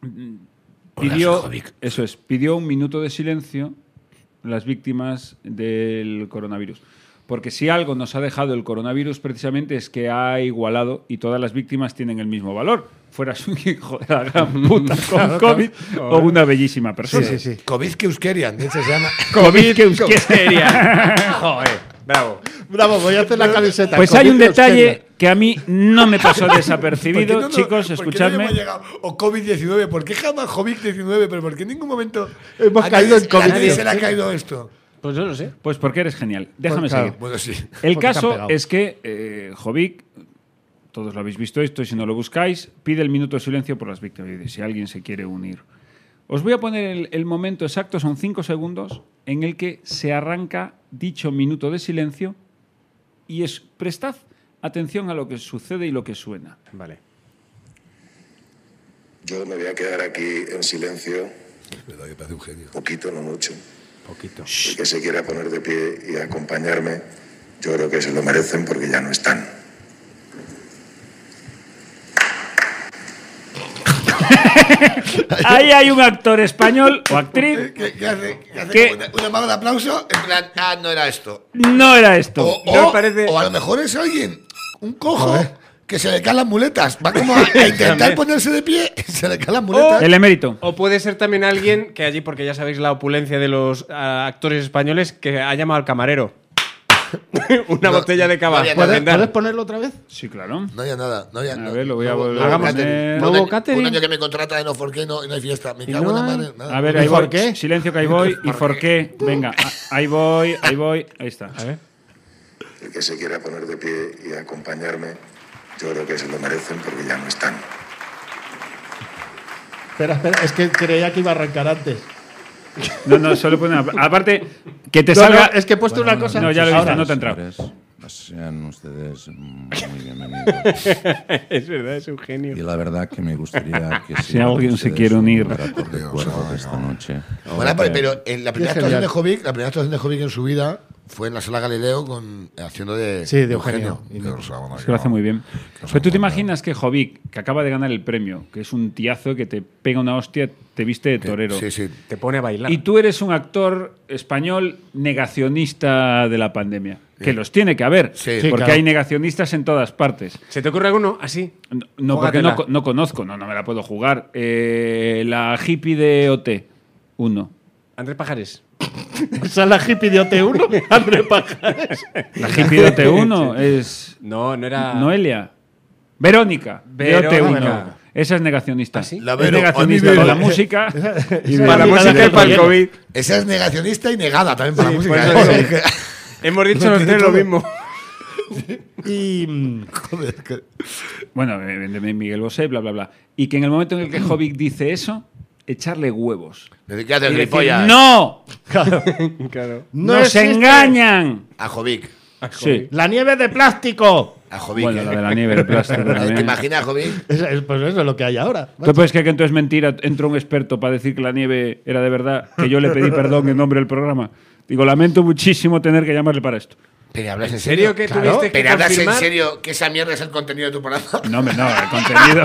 Speaker 3: mm, pidió, eso es, pidió un minuto de silencio las víctimas del coronavirus. Porque si algo nos ha dejado el coronavirus precisamente es que ha igualado y todas las víctimas tienen el mismo valor. Fueras un hijo de la gran puta con COVID o una bellísima persona.
Speaker 7: Sí, sí, sí.
Speaker 2: Covid que os querían. de hecho se llama.
Speaker 3: COVID que os quería.
Speaker 5: Joder, bravo.
Speaker 7: Bravo, voy a hacer la camiseta.
Speaker 3: Pues hay un
Speaker 7: Covid
Speaker 3: detalle que a mí no me pasó desapercibido,
Speaker 2: ¿Por qué no-
Speaker 3: chicos,
Speaker 2: por qué no
Speaker 3: escuchadme.
Speaker 2: hemos llegado? o COVID-19. ¿Por qué jamás COVID-19? Pero porque en ningún momento.
Speaker 7: Hemos
Speaker 2: a
Speaker 7: caído
Speaker 2: nadie-
Speaker 7: en COVID.
Speaker 2: A nadie se le ha caído esto.
Speaker 5: Pues yo no sé.
Speaker 3: pues porque eres genial. Déjame
Speaker 7: Pues claro.
Speaker 3: seguir.
Speaker 2: Bueno, sí.
Speaker 3: El
Speaker 7: Porque te han
Speaker 3: caso
Speaker 7: pegado.
Speaker 3: es que eh, Jovic, todos lo habéis visto esto y si no lo buscáis, pide el minuto de silencio por las víctimas. Y dice, si alguien se quiere unir. Os voy a poner el, el momento exacto, son cinco segundos, en el que se arranca dicho minuto de silencio y es, prestad atención a lo que sucede y lo que suena.
Speaker 5: Vale.
Speaker 8: Yo me voy a quedar aquí en silencio,
Speaker 2: Me doy, parece un genio.
Speaker 8: poquito, no mucho.
Speaker 5: Poquito.
Speaker 8: El que se quiera poner de pie y acompañarme, yo creo que se lo merecen porque ya no están.
Speaker 3: Ahí hay un actor español o actriz.
Speaker 2: ¿Qué, qué hace? ¿Qué hace?
Speaker 3: ¿Qué?
Speaker 2: Una, una mano de aplauso. En plan, ah, no era esto.
Speaker 3: No era esto.
Speaker 2: O,
Speaker 5: No
Speaker 2: o-
Speaker 5: parece-
Speaker 2: o a lo mejor es alguien, un cojo, que se le caen las muletas. Va como a, a intentar
Speaker 5: También.
Speaker 2: ponerse de pie, se le caen las muletas.
Speaker 3: Oh, El emérito.
Speaker 5: O puede ser también alguien que allí, porque ya sabéis la opulencia de los ah, actores españoles, que ha llamado al camarero. Una botella de
Speaker 2: no
Speaker 5: cava. para
Speaker 2: había nada.
Speaker 4: ¿Puedes,
Speaker 5: brindar.
Speaker 4: puedes ponerlo otra vez?
Speaker 3: Sí, claro.
Speaker 2: No había nada. No había,
Speaker 3: A
Speaker 2: no-
Speaker 3: ver, lo voy a
Speaker 2: no hubo-
Speaker 3: volver
Speaker 2: no hubo
Speaker 3: a
Speaker 5: Hagamos-
Speaker 2: catering.
Speaker 3: poner.
Speaker 2: Un
Speaker 5: ¿No hubo
Speaker 2: año-
Speaker 5: catering?
Speaker 2: Un año que me contrata en Oforqué no, y no hay fiesta. Me
Speaker 5: Y
Speaker 2: cago en la
Speaker 5: no hay-
Speaker 2: madre. nada.
Speaker 3: A ver,
Speaker 7: ¿Y
Speaker 3: ahí
Speaker 7: por
Speaker 3: voy.
Speaker 7: qué?
Speaker 3: Silencio que ahí voy. ¿Y por qué? Venga, a- ahí voy, ahí voy. Ahí está. A ver.
Speaker 8: El que se quiera poner de pie y acompañarme, yo creo que se lo merecen porque ya no están.
Speaker 7: Espera, espera, es que creía que iba a arrancar antes.
Speaker 3: No, no, solo pone una- Aparte, que te
Speaker 7: No,
Speaker 3: salga.
Speaker 7: no, es que he puesto una cosa.
Speaker 3: No, ya lo he visto,
Speaker 7: Ahora.
Speaker 3: no te ha entrado.
Speaker 6: Sean ustedes muy bienvenidos.
Speaker 5: Es verdad, es un genio.
Speaker 6: Y la verdad que me gustaría que
Speaker 3: Si alguien se quiere unir.
Speaker 2: pues
Speaker 6: Recuerdo de esta noche.
Speaker 2: Bueno, pero, pero en la primera
Speaker 7: Qué
Speaker 2: actuación de
Speaker 7: genial.
Speaker 2: Jovic, la primera actuación de Jovic en su vida fue en la sala Galileo con haciendo de
Speaker 7: Sí, de Eugenio.
Speaker 2: Eugenio. Que lo sabe,
Speaker 3: Es que lo hace muy bien. Pero tú te imaginas que Jovic, que acaba de ganar el premio, que es un tiazo que te pega una hostia, te viste de
Speaker 2: que-
Speaker 3: torero.
Speaker 2: Sí, sí.
Speaker 5: Te pone a bailar.
Speaker 3: Y tú eres un actor español negacionista de la pandemia. Que los tiene que haber.
Speaker 2: Sí. Sí,
Speaker 3: porque
Speaker 7: claro.
Speaker 3: hay negacionistas en todas partes.
Speaker 5: ¿Se te ocurre alguno Ah, así?
Speaker 3: No, no, porque
Speaker 5: Júgatela.
Speaker 3: no, co- no conozco, no, no me la puedo jugar. Eh, la hippie de OT, uno.
Speaker 5: Andrés Pajares.
Speaker 7: Esa es la hippie de OT1. André Pajares.
Speaker 3: La hippie de OT1 es
Speaker 5: No, no era.
Speaker 3: Noelia. Verónica,
Speaker 5: Verónica.
Speaker 3: de OT1. Esa es negacionista.
Speaker 5: ¿Ah, sí?
Speaker 2: La
Speaker 3: Es
Speaker 2: Vero,
Speaker 3: negacionista
Speaker 2: a mi
Speaker 3: para la
Speaker 2: Vero.
Speaker 3: música. y de-
Speaker 5: Para la
Speaker 7: Sí,
Speaker 5: música y
Speaker 7: claro,
Speaker 5: para el
Speaker 7: claro.
Speaker 5: COVID.
Speaker 2: Esa es negacionista y negada también para
Speaker 5: Sí,
Speaker 2: la
Speaker 5: por eso digo.
Speaker 2: música. ¿eh?
Speaker 5: Hemos dicho los tres lo mismo.
Speaker 7: Y. mm,
Speaker 2: Joder, que-
Speaker 3: Bueno, eh, de Miguel Bosé, bla, bla, bla. Y que en el momento en el que Jovic dice eso, echarle huevos.
Speaker 2: Desde que hace
Speaker 3: Y
Speaker 2: el
Speaker 3: decir,
Speaker 2: gilipollas
Speaker 3: ¡No!
Speaker 5: Claro.
Speaker 7: No
Speaker 3: ¡Nos
Speaker 5: este".
Speaker 7: existe.
Speaker 3: engañan!
Speaker 2: a Jovic.
Speaker 3: Sí.
Speaker 7: ¡La nieve de plástico!
Speaker 2: A Jovic.
Speaker 3: Bueno,
Speaker 2: eh.
Speaker 3: la de la nieve, el plástico
Speaker 2: ¿Te
Speaker 3: también.
Speaker 2: imaginas, Jovic?
Speaker 7: Es- es- pues eso es lo que hay ahora.
Speaker 3: ¿Tú puedes creer pues que entonces mentira? Entró un experto para decir que la nieve era de verdad, que yo le pedí perdón en nombre del programa. Digo, lamento muchísimo tener que llamarle para esto.
Speaker 2: Pero hablas en
Speaker 5: serio que tuviste que
Speaker 2: Pero hablas en
Speaker 5: confirmar?
Speaker 2: serio que esa mierda es el contenido de tu programa.
Speaker 3: No, hombre, no, el contenido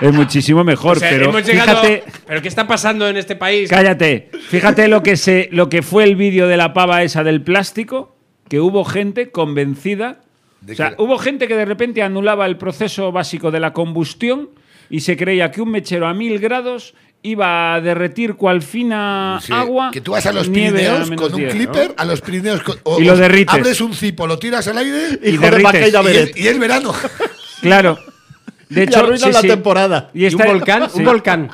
Speaker 3: es muchísimo mejor,
Speaker 5: O sea,
Speaker 3: pero
Speaker 5: hemos llegado-
Speaker 3: fíjate,
Speaker 5: ¿Pero qué está pasando en este país?
Speaker 3: cállate, fíjate lo que, se, lo que fue el vídeo de la pava esa del plástico, que hubo gente convencida,
Speaker 2: De
Speaker 3: o sea,
Speaker 2: que-
Speaker 3: hubo gente que de repente anulaba el proceso básico de la combustión y se creía que un mechero a mil grados iba a derretir cual fina
Speaker 2: Sí,
Speaker 3: Ah, agua.
Speaker 2: Que tú vas a los
Speaker 3: nieve
Speaker 2: Pirineos
Speaker 3: menos
Speaker 2: con un
Speaker 3: 10, ¿no?
Speaker 2: clipper, a los Pirineos con- o-
Speaker 3: Y lo
Speaker 2: o
Speaker 3: derrites.
Speaker 2: Abres un cipo, lo tiras al aire y,
Speaker 3: Y
Speaker 7: Hijo de
Speaker 3: derrites.
Speaker 7: Paquita
Speaker 2: y
Speaker 7: Beret.
Speaker 2: es, y es verano.
Speaker 3: Claro. De
Speaker 7: Y
Speaker 3: hecho,
Speaker 7: arruinan
Speaker 3: sí,
Speaker 7: la
Speaker 3: sí.
Speaker 7: temporada.
Speaker 5: ¿Y, un
Speaker 3: está-
Speaker 5: volcán?
Speaker 3: sí.
Speaker 5: Un volcán.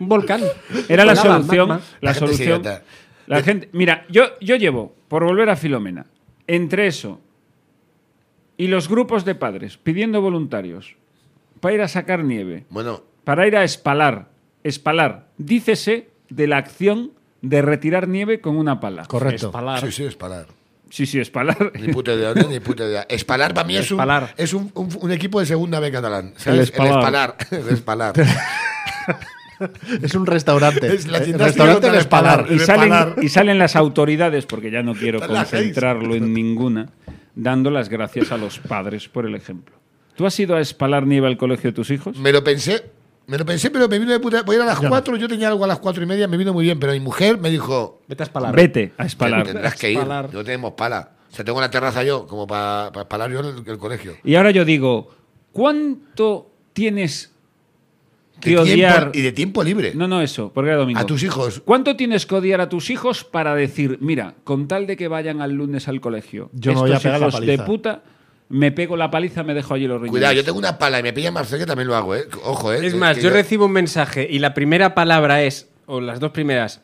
Speaker 5: Un volcán.
Speaker 3: Era la
Speaker 5: Lava,
Speaker 3: solución.
Speaker 5: magma.
Speaker 3: La,
Speaker 2: La gente es
Speaker 3: solución.
Speaker 2: idiota.
Speaker 3: La gente. Mira, yo, yo llevo, por volver a Filomena, entre eso Y los grupos de padres pidiendo voluntarios para ir a sacar nieve,
Speaker 2: Bueno,
Speaker 3: para ir a espalar. Espalar, dícese de la acción de retirar nieve con una pala.
Speaker 7: Correcto.
Speaker 2: sí, sí, es parar.
Speaker 3: Sí, sí, espalar.
Speaker 2: Ni puta idea, ¿no? ni puta idea. Espalar para mí es, un,
Speaker 5: Espalar.
Speaker 2: es un, un- un equipo de segunda B catalán.
Speaker 7: El
Speaker 2: ¿sabes? El
Speaker 7: Espalar.
Speaker 2: Espalar. El Espalar.
Speaker 7: Es un restaurante.
Speaker 2: Es la
Speaker 7: El
Speaker 2: gimnasia
Speaker 7: restaurante
Speaker 2: contra
Speaker 7: de
Speaker 2: el
Speaker 7: Espalar.
Speaker 2: espalar.
Speaker 3: y, salen,
Speaker 7: Espalar.
Speaker 3: y salen las autoridades, porque ya no quiero
Speaker 2: Están las seis.
Speaker 3: concentrarlo en ninguna, dando las gracias a los padres por el ejemplo. ¿Tú has ido a espalar nieve al colegio de tus hijos?
Speaker 2: Me lo pensé, me lo pensé, pero me vino de puta. Voy a ir a las cuatro, yo tenía algo a las cuatro y media, me vino muy bien, pero mi mujer me dijo,
Speaker 5: Vete a espalar.
Speaker 3: Vete a
Speaker 2: tendrás
Speaker 3: espalar.
Speaker 2: que ir,
Speaker 5: Espalar.
Speaker 2: no tenemos pala. O sea, tengo la terraza yo, como para espalar yo el, el colegio.
Speaker 3: Y ahora yo digo, ¿cuánto tienes
Speaker 2: De
Speaker 3: que
Speaker 2: tiempo-
Speaker 3: odiar?
Speaker 2: y de tiempo libre.
Speaker 3: No, no, eso, porque era domingo.
Speaker 2: a tus hijos.
Speaker 3: ¿Cuánto tienes que odiar a tus hijos para decir, mira, con tal de que vayan al lunes al colegio,
Speaker 7: Yo me
Speaker 3: estos
Speaker 7: voy a pegar la
Speaker 3: hijos de
Speaker 7: paliza"?
Speaker 3: puta, me pego la paliza, me dejo allí los riñones?
Speaker 2: Cuidado, yo tengo una pala y me pilla Marcel que también lo hago, ¿eh? Ojo, ¿eh?
Speaker 5: Es
Speaker 2: Que-
Speaker 5: más,
Speaker 2: que
Speaker 5: yo recibo un mensaje y la primera palabra es, o las dos primeras,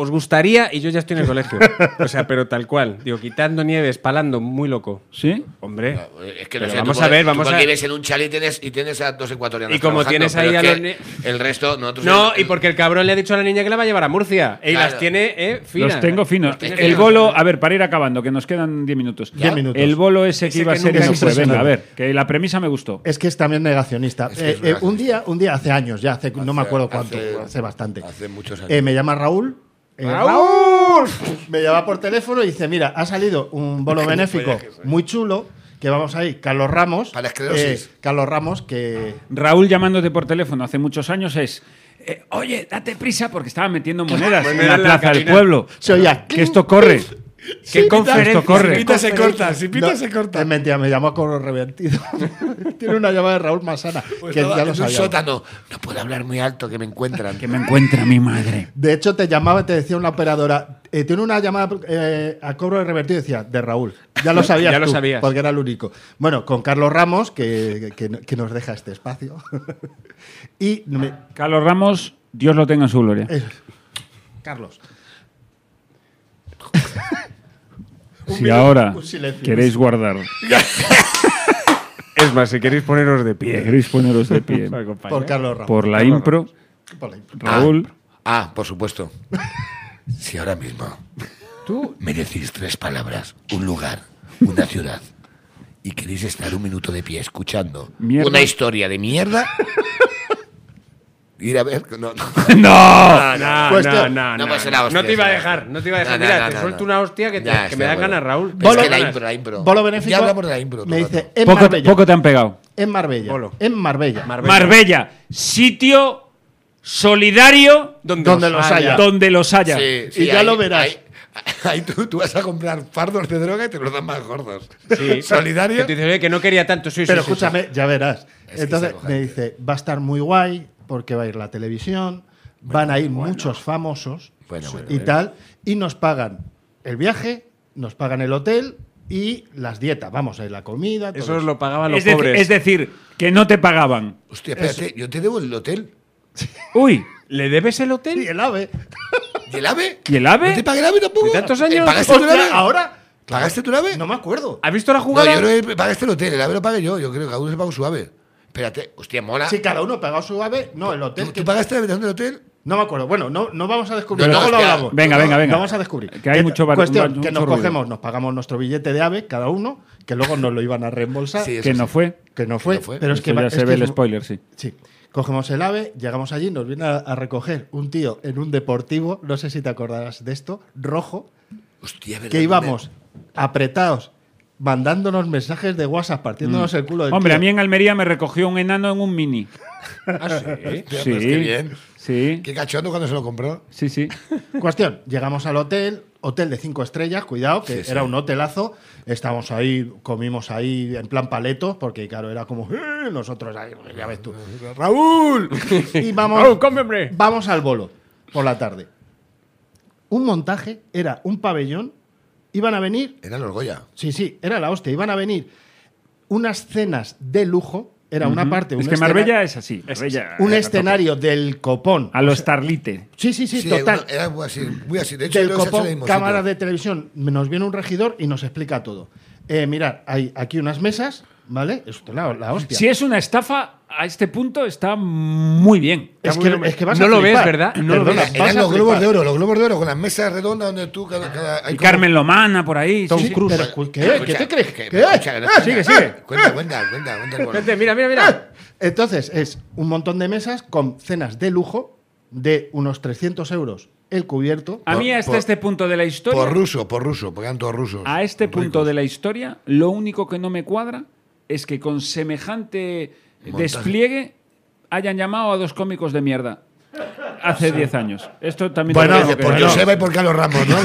Speaker 5: os gustaría y yo ya estoy en el colegio. O sea, pero tal cual. Digo, quitando nieve, espalando, muy loco.
Speaker 3: ¿Sí?
Speaker 5: Hombre.
Speaker 2: Es que no
Speaker 5: Pero
Speaker 2: sé,
Speaker 5: vamos
Speaker 2: tú
Speaker 5: a
Speaker 2: porque-
Speaker 5: ver,
Speaker 2: tú
Speaker 5: vamos a-
Speaker 2: porque vives en un chalet y tienes, y tienes a dos ecuatorianos.
Speaker 5: Y como
Speaker 2: trabajando,
Speaker 5: tienes
Speaker 2: pero
Speaker 5: ahí
Speaker 2: es
Speaker 5: a los
Speaker 2: que
Speaker 5: ne-
Speaker 2: El resto, nosotros.
Speaker 5: No, y porque el cabrón le ha dicho a la niña que la va a llevar a Murcia. Y
Speaker 2: Claro.
Speaker 5: las tiene, eh, finas.
Speaker 3: Los tengo finos.
Speaker 5: Los tiene
Speaker 3: El
Speaker 5: finas.
Speaker 3: bolo, a ver, para ir acabando, que nos quedan 10 minutos.
Speaker 7: Diez minutos.
Speaker 3: El bolo ese que
Speaker 5: Ese
Speaker 3: iba a
Speaker 5: que
Speaker 3: ser y no
Speaker 5: nunca
Speaker 3: fue.
Speaker 7: existe.
Speaker 3: Venga, a ver, que la premisa me gustó.
Speaker 7: Es que es también negacionista.
Speaker 2: Es que es
Speaker 7: Eh, eh, un
Speaker 2: negacionista.
Speaker 7: día, un día hace años, ya hace, no me
Speaker 2: Hace-
Speaker 7: acuerdo cuánto,
Speaker 2: hace-
Speaker 7: hace, bastante.
Speaker 2: hace muchos años.
Speaker 7: Eh, me llama Raúl. eh,
Speaker 5: ¡Raúl!
Speaker 7: Me llama por teléfono y dice, mira, ha salido un bolo benéfico muy chulo, que vamos ahí, Carlos Ramos. eh,
Speaker 2: Para Ah. la esclerosis.
Speaker 7: Carlos Ramos, que...
Speaker 3: Raúl llamándote por teléfono hace muchos años es. eh, Oye, date prisa porque estaba metiendo monedas en la
Speaker 5: Monedas en pues la
Speaker 3: plaza del
Speaker 5: cabina.
Speaker 3: pueblo.
Speaker 7: Se oía,
Speaker 3: Que esto corre.
Speaker 5: ¿Qué conferencia?
Speaker 3: Esto corre.
Speaker 5: Pita
Speaker 7: se corta, si pita se corta. Es mentira, me llamó a coro reventido. Tiene una llamada de Raúl Masana, que ya lo
Speaker 2: Pues en un
Speaker 7: sabía.
Speaker 2: sótano. No puedo hablar muy alto, que me encuentran.
Speaker 3: Que me encuentra mi madre.
Speaker 7: De hecho, te llamaba y te decía una operadora, eh, tiene una llamada eh, a cobro de revertido, y decía, de Raúl. Ya lo sabías
Speaker 5: Ya lo
Speaker 7: tú,
Speaker 5: sabías.
Speaker 7: porque era el único. Bueno, con Carlos Ramos, que, que no- que nos deja este espacio. y me-
Speaker 3: Carlos Ramos, Dios lo tenga en su gloria.
Speaker 7: eh, Carlos,
Speaker 3: si ahora
Speaker 7: un silencio.
Speaker 3: queréis guardar,
Speaker 5: Es más, si queréis poneros de pie.
Speaker 3: queréis poneros de pie
Speaker 7: por Carlos Ramos.
Speaker 3: por la
Speaker 5: Carlos
Speaker 3: impro,
Speaker 7: Por la impro.
Speaker 3: Raúl.
Speaker 2: Ah, por supuesto. Si ahora mismo
Speaker 3: Tú.
Speaker 2: me decís tres palabras, un lugar, una ciudad, y queréis estar un minuto de pie escuchando
Speaker 3: Mierda.
Speaker 2: una historia de mierda, ir a ver. No, no.
Speaker 3: ¡No!
Speaker 5: No,
Speaker 7: Pues
Speaker 5: no, no,
Speaker 7: tío,
Speaker 2: no
Speaker 5: no,
Speaker 2: pasa nada,
Speaker 5: no.
Speaker 2: hostia,
Speaker 5: No te iba a
Speaker 2: sí.
Speaker 5: dejar, no te iba a dejar.
Speaker 2: No, no,
Speaker 5: Mira,
Speaker 2: no,
Speaker 5: te
Speaker 2: no,
Speaker 5: suelto
Speaker 2: no.
Speaker 5: una hostia que, te-
Speaker 2: Ya,
Speaker 5: que
Speaker 2: estoy
Speaker 5: me
Speaker 2: de
Speaker 5: da
Speaker 2: acuerdo.
Speaker 5: ganas, Raúl.
Speaker 2: Pero es
Speaker 7: Bolo-
Speaker 2: que la impro, la impro.
Speaker 7: Bolo benéfico.
Speaker 2: Ya hablamos de la impro.
Speaker 7: Me
Speaker 2: todo el
Speaker 7: dice,
Speaker 2: rato.
Speaker 7: en
Speaker 3: Poco,
Speaker 7: Marbella.
Speaker 3: poco te han pegado.
Speaker 7: En Marbella.
Speaker 5: Bolo.
Speaker 7: En Marbella.
Speaker 5: Marbella.
Speaker 3: Marbella, sitio solidario
Speaker 7: Donde los haya.
Speaker 3: donde los haya.
Speaker 2: Sí,
Speaker 7: Y ya lo verás.
Speaker 2: Ahí, ahí tú, tú vas a comprar fardos de droga y te los dan más gordos.
Speaker 5: Sí.
Speaker 2: Solidario.
Speaker 5: Que te dice, "Oye, que no quería tanto. Sí, sí,
Speaker 7: Pero
Speaker 5: sí, sí.
Speaker 7: escúchame, ya verás.
Speaker 2: Es que
Speaker 7: Entonces
Speaker 2: es algo
Speaker 7: me
Speaker 2: gente.
Speaker 7: dice, va a estar muy guay porque va a ir la televisión, van a ir muchos famosos
Speaker 2: Bueno, bueno,
Speaker 7: y tal, y nos pagan el viaje, nos pagan el hotel y las dietas, vamos, eh, la comida. todo
Speaker 5: Eso os lo pagaban los
Speaker 3: Es, deci-
Speaker 5: pobres.
Speaker 3: es decir, que no te pagaban.
Speaker 2: Hostia, espérate, yo te debo el hotel.
Speaker 3: Uy,
Speaker 5: ¿Le debes el
Speaker 7: Y
Speaker 5: hotel?
Speaker 7: el ave.
Speaker 2: ¿Y el AVE?
Speaker 3: ¿Y el AVE?
Speaker 2: ¿No te pagué el AVE tampoco?
Speaker 5: ¿De tantos años?
Speaker 2: ¿Eh, ¿Pagaste
Speaker 7: Hostia,
Speaker 2: tu AVE?
Speaker 7: ahora
Speaker 2: ¿Pagaste tu AVE?
Speaker 7: no me acuerdo.
Speaker 5: ¿Has visto la
Speaker 2: No,
Speaker 5: jugada?
Speaker 2: yo creo que pagaste el hotel. El AVE lo pagué yo. Yo creo que cada uno se pagó su AVE. Espérate, hostia, mola.
Speaker 7: Si cada uno pagó su ave, no, el hotel.
Speaker 2: ¿Tú,
Speaker 7: que-
Speaker 2: tú pagaste la habitación del hotel?
Speaker 7: No me acuerdo. Bueno, no, no vamos a descubrir.
Speaker 2: No, no,
Speaker 7: Luego lo
Speaker 2: espera.
Speaker 7: hablamos.
Speaker 3: venga, venga, venga.
Speaker 7: Vamos a descubrir.
Speaker 3: Que hay mucho bar-
Speaker 7: Cuestión,
Speaker 3: mucho
Speaker 7: que nos
Speaker 3: ruido.
Speaker 7: cogemos, nos pagamos nuestro billete de ave, cada uno, que luego nos lo iban a reembolsar.
Speaker 2: Sí, eso
Speaker 3: que no
Speaker 2: sí.
Speaker 3: fue.
Speaker 7: Que no fue.
Speaker 2: no fue.
Speaker 7: Pero es que
Speaker 3: Esto
Speaker 7: va-
Speaker 3: ya
Speaker 7: es
Speaker 3: se
Speaker 7: que
Speaker 3: ve el
Speaker 7: es-
Speaker 3: spoiler, sí.
Speaker 7: Sí. Cogemos el ave, llegamos allí, nos viene a, a recoger un tío en un deportivo, no sé si te acordarás de esto, rojo,
Speaker 2: Hostia, ¿verdad?
Speaker 7: que íbamos apretados, mandándonos mensajes de WhatsApp, partiéndonos el culo del
Speaker 3: Mm. Hombre,
Speaker 7: tío.
Speaker 3: a mí en Almería me recogió un enano en un mini.
Speaker 2: Hostia,
Speaker 3: sí.
Speaker 2: pues qué bien.
Speaker 3: Sí,
Speaker 2: Qué cachondo cuando se lo compró.
Speaker 3: sí, sí.
Speaker 7: Cuestión, llegamos al hotel, hotel de cinco estrellas, cuidado, que
Speaker 2: Sí, sí.
Speaker 7: era un hotelazo, estábamos ahí, comimos ahí en plan paletos, porque claro, era como, "Eh", nosotros ahí, ya ves tú.
Speaker 2: ¡Raúl!
Speaker 7: Y vamos,
Speaker 5: ¡Oh, come, hombre!
Speaker 7: Vamos al bolo por la tarde. Un montaje era un pabellón. Iban a venir,
Speaker 2: Era el Orgoya.
Speaker 7: sí, sí, era la hostia. Iban a venir unas cenas de lujo. Era una parte.
Speaker 3: es
Speaker 7: un
Speaker 3: que
Speaker 7: escena-
Speaker 3: Marbella es así. Marbella,
Speaker 7: Un
Speaker 3: eh, a
Speaker 7: escenario del copón.
Speaker 3: tope. A los Tarlite.
Speaker 7: Sí, sí, sí,
Speaker 2: Sí,
Speaker 7: total.
Speaker 2: Era, era muy así, muy así. De hecho,
Speaker 7: del
Speaker 2: creo que se ha hecho en el
Speaker 7: copón,
Speaker 2: mismo
Speaker 7: cámaras
Speaker 2: sitio.
Speaker 7: de televisión. Nos viene un regidor y nos explica todo. Eh, mirad, hay aquí unas mesas, ¿vale? Es la, la hostia.
Speaker 3: Si es una estafa, a este punto está muy bien.
Speaker 7: es,
Speaker 5: Está
Speaker 7: que,
Speaker 5: muy bien.
Speaker 7: es que vas
Speaker 5: No
Speaker 7: a
Speaker 5: lo ves,
Speaker 7: flipar.
Speaker 5: ¿verdad? No lo
Speaker 7: Perdona,
Speaker 5: ves.
Speaker 7: vas
Speaker 2: Eran
Speaker 7: a
Speaker 2: los globos
Speaker 7: flipar.
Speaker 2: de oro, los globos de oro, con las mesas redondas donde tú cada. cada- hay
Speaker 3: Y
Speaker 2: como-
Speaker 3: Carmen Lomana por ahí.
Speaker 7: Tom
Speaker 3: sí, sí.
Speaker 7: Cruise.
Speaker 2: Pero-
Speaker 7: ¿Qué?
Speaker 2: pero
Speaker 7: ¿Qué
Speaker 2: escucha,
Speaker 7: te crees?
Speaker 2: que-
Speaker 7: ¿Qué?
Speaker 2: pero escucha, que no
Speaker 7: Ah,
Speaker 2: está-
Speaker 7: sigue, sigue.
Speaker 2: Cuenta, cuenta, cuenta, cuenta. el bono.
Speaker 5: Gente, mira, mira,
Speaker 7: Ah,
Speaker 5: mira.
Speaker 7: Entonces, es un montón de mesas con cenas de lujo de unos 300 euros el cubierto.
Speaker 3: A mí
Speaker 2: Por-
Speaker 3: hasta
Speaker 2: por-
Speaker 3: este punto de la historia,
Speaker 2: Por ruso, por ruso, porque eran todos rusos.
Speaker 3: a
Speaker 7: Pues,
Speaker 3: este punto de la historia, lo único que no me cuadra es que con semejante
Speaker 2: Montaje.
Speaker 3: despliegue hayan llamado a dos cómicos de mierda hace 10 años. Esto también
Speaker 7: Bueno,
Speaker 3: tengo que
Speaker 2: Por
Speaker 7: Bueno.
Speaker 2: Joseba y por Carlos Ramos, ¿no?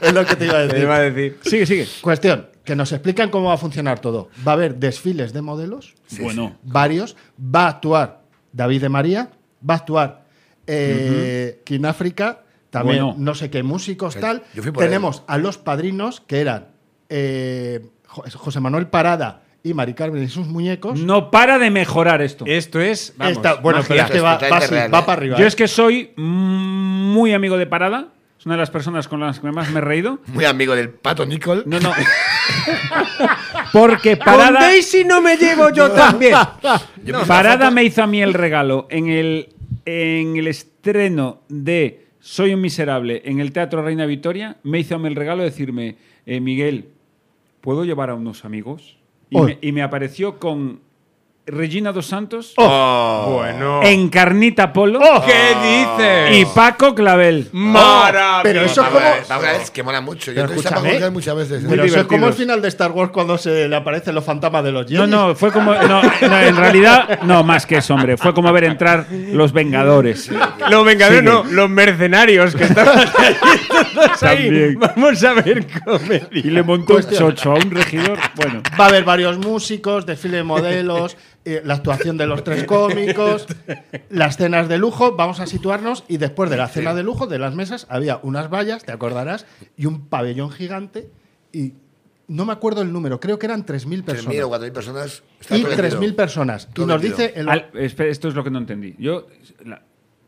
Speaker 7: Es lo que te iba a
Speaker 5: Te
Speaker 7: decir.
Speaker 5: iba a decir.
Speaker 3: Sigue, sigue.
Speaker 7: Cuestión, que nos explican cómo va a funcionar todo. Va a haber desfiles de modelos,
Speaker 3: bueno,
Speaker 7: varios. Va a actuar David de María, va a actuar eh, Kináfrica, también
Speaker 3: Bueno.
Speaker 7: no sé qué músicos,
Speaker 2: Sí,
Speaker 7: tal.
Speaker 2: yo fui por
Speaker 7: Tenemos a los padrinos, que eran eh, Jo- José Manuel Parada y Mari Carmen y sus muñecos.
Speaker 3: no para de mejorar esto.
Speaker 5: Esto es. Vamos.
Speaker 7: Está- bueno,
Speaker 2: magia.
Speaker 7: pero es que va,
Speaker 2: Totalmente
Speaker 7: va así,
Speaker 2: real,
Speaker 7: va
Speaker 2: ¿eh?
Speaker 7: para arriba.
Speaker 3: Yo
Speaker 7: ¿eh?
Speaker 3: es que soy muy amigo de Parada. Es una de las personas con las que más me he reído.
Speaker 2: Muy amigo del pato Nicol.
Speaker 3: No, no. Porque
Speaker 5: Con
Speaker 3: Parada...
Speaker 5: Daisy no me llevo yo también.
Speaker 3: Parada me hizo a mí el regalo en el, en el estreno de Soy un miserable en el Teatro Reina Victoria. Me hizo a mí el regalo de decirme, eh, Miguel, ¿puedo llevar a unos amigos? Y
Speaker 7: Oy.
Speaker 3: me, y me apareció con Regina dos Santos,
Speaker 5: Bueno.
Speaker 3: Encarnita Polo
Speaker 5: ¿Qué dices?
Speaker 3: y Paco Clavel.
Speaker 5: Maravilloso.
Speaker 7: Oh, pero eso es
Speaker 2: Vamos a ver,
Speaker 7: como-
Speaker 2: vamos a ver, es que mola mucho. Yo
Speaker 7: Pero
Speaker 2: he visto a
Speaker 7: escúchame.
Speaker 2: Paco Nicol muchas veces. ¿eh?
Speaker 7: Pero eso es como el
Speaker 3: divertidos.
Speaker 7: final de Star Wars cuando se le aparecen los fantasmas de los Jedi.
Speaker 3: No, no, fue como. No, no, en realidad, no, más que eso, hombre. Fue como ver entrar los Vengadores.
Speaker 5: Los vengadores,
Speaker 3: Sigue.
Speaker 5: no, los mercenarios que estaban ahí, todos ahí.
Speaker 3: También.
Speaker 5: Vamos a ver comedia.
Speaker 3: Y le montó el chocho a un regidor. Bueno.
Speaker 7: Va a haber varios músicos, desfile de modelos, eh, la actuación de los tres cómicos, las cenas de lujo. Vamos a situarnos y después de la cena de lujo, de las mesas, había unas vallas, te acordarás, y un pabellón gigante y no me acuerdo el número, creo que eran 3.000
Speaker 2: 3.000 o
Speaker 7: personas.
Speaker 2: 4.000 personas. está
Speaker 7: Y
Speaker 2: todo vendido.
Speaker 7: 3.000 personas. Y
Speaker 2: Todo
Speaker 7: nos
Speaker 2: vendido.
Speaker 7: dice el...
Speaker 3: Al- espera, esto es lo que no entendí. Yo la-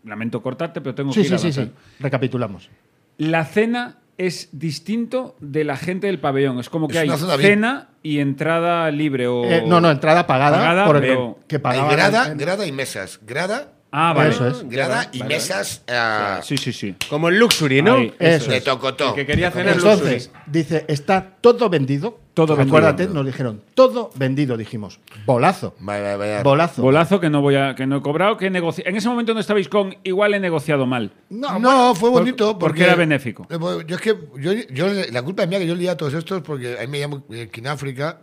Speaker 3: lamento cortarte, pero tengo
Speaker 7: Sí,
Speaker 3: que ir
Speaker 7: sí, sí, sí.
Speaker 3: avanzando.
Speaker 7: Recapitulamos.
Speaker 3: La cena es distinto de la gente del pabellón. Es como que
Speaker 2: Es
Speaker 3: hay
Speaker 2: una zona VIP.
Speaker 3: cena y entrada libre o
Speaker 7: Eh, no, no, entrada pagada,
Speaker 3: Pagada,
Speaker 7: por el
Speaker 3: pero-
Speaker 7: que
Speaker 2: Hay
Speaker 7: pagaba.
Speaker 2: grada, grada y mesas. Grada,
Speaker 3: Ah, vale.
Speaker 7: Eso es.
Speaker 2: grada y mesas eh,
Speaker 3: Sí, sí, sí.
Speaker 5: Como el Luxury, ¿no?
Speaker 3: Ahí.
Speaker 7: Eso
Speaker 2: de
Speaker 7: es.
Speaker 2: tocotó.
Speaker 5: El que quería cenar
Speaker 7: Entonces, dice, está todo vendido.
Speaker 3: Todo vendido.
Speaker 7: Acuérdate, nos dijeron, todo vendido, dijimos. Bolazo.
Speaker 2: Vaya, vaya, vaya.
Speaker 7: Bolazo.
Speaker 3: Golazo que no voy a, que no he cobrado, que he negoci- En ese momento no estabais con igual he negociado mal.
Speaker 2: No, fue bonito.
Speaker 3: porque era benéfico.
Speaker 2: Eh, bueno, Yo es que yo, yo- la culpa es mía que yo lié a todos estos porque a mí me llamo eh, Kináfrica,